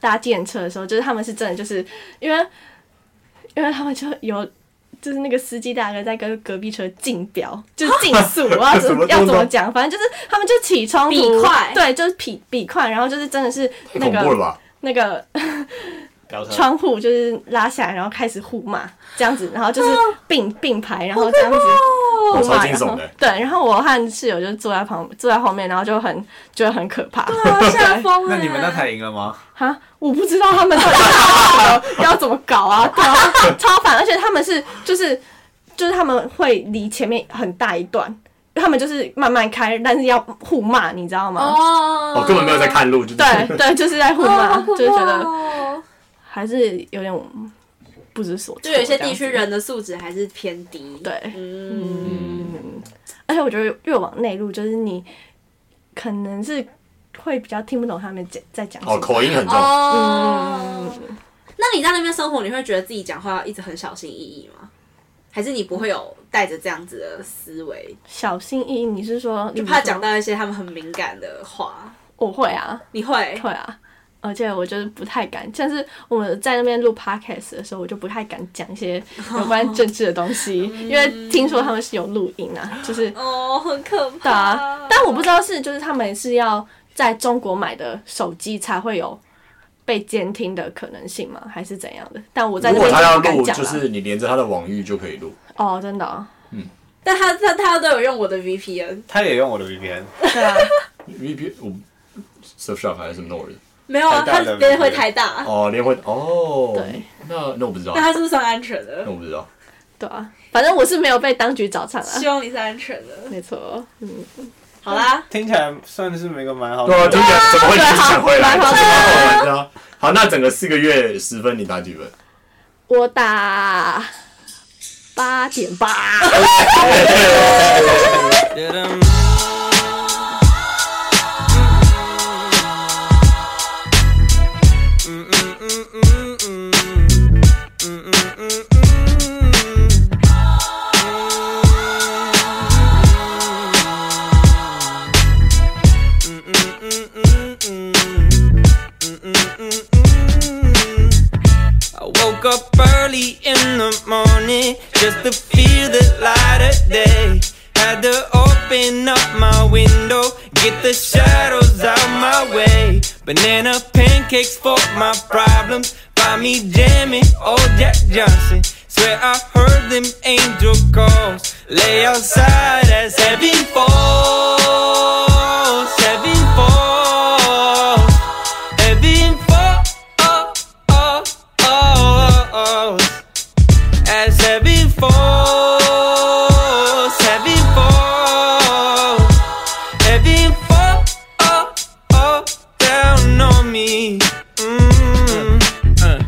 Speaker 3: 搭电车的时候，就是他们是真的就是因为因为他们就有。就是那个司机大哥在跟隔壁车竞标，就是 竞速，我要怎
Speaker 5: 什么
Speaker 3: 么
Speaker 5: 东
Speaker 3: 要
Speaker 5: 东
Speaker 3: 怎么讲，反正就是他们就起冲突，
Speaker 1: 比快
Speaker 3: 对，就是比比快，然后就是真的是那
Speaker 4: 恐怖了
Speaker 3: 个
Speaker 4: 吧？嗯
Speaker 3: 那个窗户就是拉下来，然后开始互骂这样子，然后
Speaker 1: 啊
Speaker 3: 就是并并排，然后这样子
Speaker 4: 我
Speaker 1: 哦
Speaker 3: 互
Speaker 4: 超
Speaker 3: 骂，
Speaker 4: 惊
Speaker 3: 然
Speaker 4: 悚
Speaker 3: 后
Speaker 4: 的。
Speaker 3: 对，然后我和室友就坐在旁坐在后面，然后就很觉得很可怕。
Speaker 1: 啊 吓疯了。
Speaker 5: 那你们那台赢了吗？
Speaker 3: 啊，我不知道他们到底要怎么搞 啊，对啊，超烦，而且他们是就是就是他们会离前面很大一段，他们就是慢慢开，但是要互骂，你知道吗？
Speaker 1: 哦，
Speaker 4: 我根本没有在看路，就是
Speaker 3: 对对，就是在互骂，
Speaker 1: 哦，
Speaker 3: 就觉得
Speaker 1: 得。
Speaker 3: 还是有点不知所
Speaker 1: 就
Speaker 3: 措。
Speaker 1: 有些地区
Speaker 3: 这样
Speaker 1: 人的素质还是偏低。
Speaker 3: 子，对，
Speaker 1: 嗯，
Speaker 3: 而且我觉得越往内陆，就是你可能是会比较听不懂他们在在讲什
Speaker 4: 哦，
Speaker 3: 么。
Speaker 4: 口音很重。
Speaker 1: 哦，
Speaker 3: 嗯
Speaker 1: 那你在那边生活，你会觉得自己讲话一直很小心翼翼吗？还是你不会有带着这样子的思维，
Speaker 3: 小心翼翼，你是说
Speaker 1: 就怕讲？到一些他们很敏感的话？
Speaker 3: 我会啊，
Speaker 1: 你会？
Speaker 3: 会啊，而且我就是不太敢，像是我们在那边录 podcast 的时候，我就不太敢讲一些有
Speaker 4: 哦
Speaker 3: 关政治的东西，
Speaker 4: 嗯
Speaker 3: 因为听说他们是有录音啊，就是
Speaker 1: 哦，很可
Speaker 3: 对
Speaker 1: 怕
Speaker 3: 啊。，但
Speaker 1: 哦
Speaker 3: 我不知道是就是他们是要在中国买的手机才会有被监听的可能性吗？还是怎样的？但我在
Speaker 4: 如
Speaker 3: 那
Speaker 4: 果
Speaker 3: 边
Speaker 4: 他
Speaker 3: 就
Speaker 4: 要
Speaker 3: 不敢
Speaker 4: 录，
Speaker 3: 讲
Speaker 4: 就
Speaker 3: 了。
Speaker 4: 是你连着他的网域就可以录。
Speaker 3: 哦，真的、哦，
Speaker 1: 但他他他都有用我的 VPN，
Speaker 5: 他也用我的 VPN，
Speaker 3: 对啊，
Speaker 4: V P 我 Surfshark 还是什么 Nord？
Speaker 1: 没有啊，
Speaker 5: 台大
Speaker 1: 他
Speaker 5: 的
Speaker 1: 边会
Speaker 5: VPN
Speaker 1: 太大，
Speaker 4: 哦，连会哦。
Speaker 3: 啊对，
Speaker 4: 那那我不知道
Speaker 1: 那，他是不是算安全的
Speaker 4: 那？我不知道。
Speaker 3: 对啊，反正我是没有被当局找上啊
Speaker 1: 希。
Speaker 4: 哦
Speaker 1: 望你是安全的。
Speaker 3: 没错，嗯，
Speaker 1: 好啦，
Speaker 5: 听起来算是没个蛮好
Speaker 4: 对啊，听起来怎么会只想回来？
Speaker 3: 对啊
Speaker 4: 这么好玩的啊。好，那整个四个月十分，你打几分？
Speaker 3: 我打八点八。
Speaker 2: I woke up early in the morning just to feel the light of day. Had to open up my window, get the shadows out my way. Banana pancakes for my problems. Find me jamming, old Jack Johnson. Swear I heard them angel calls. Lay outside as heaven falls, heaven falls, heaven oh, falls as heaven falls, heaven falls, heaven oh, falls down on me. Mm. Uh,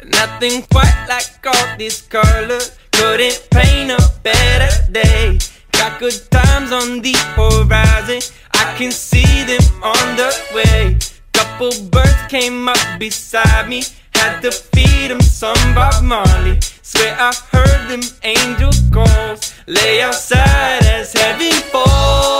Speaker 2: and I nothing quite like all this color. Couldn't paint a better day. Got good times on the horizon. I can see them on the way. Couple birds came up beside me. Had to feed 'em some Bob Marley. Swear I heard them angel calls. Lay outside as heaven falls. oh, oh, Mm.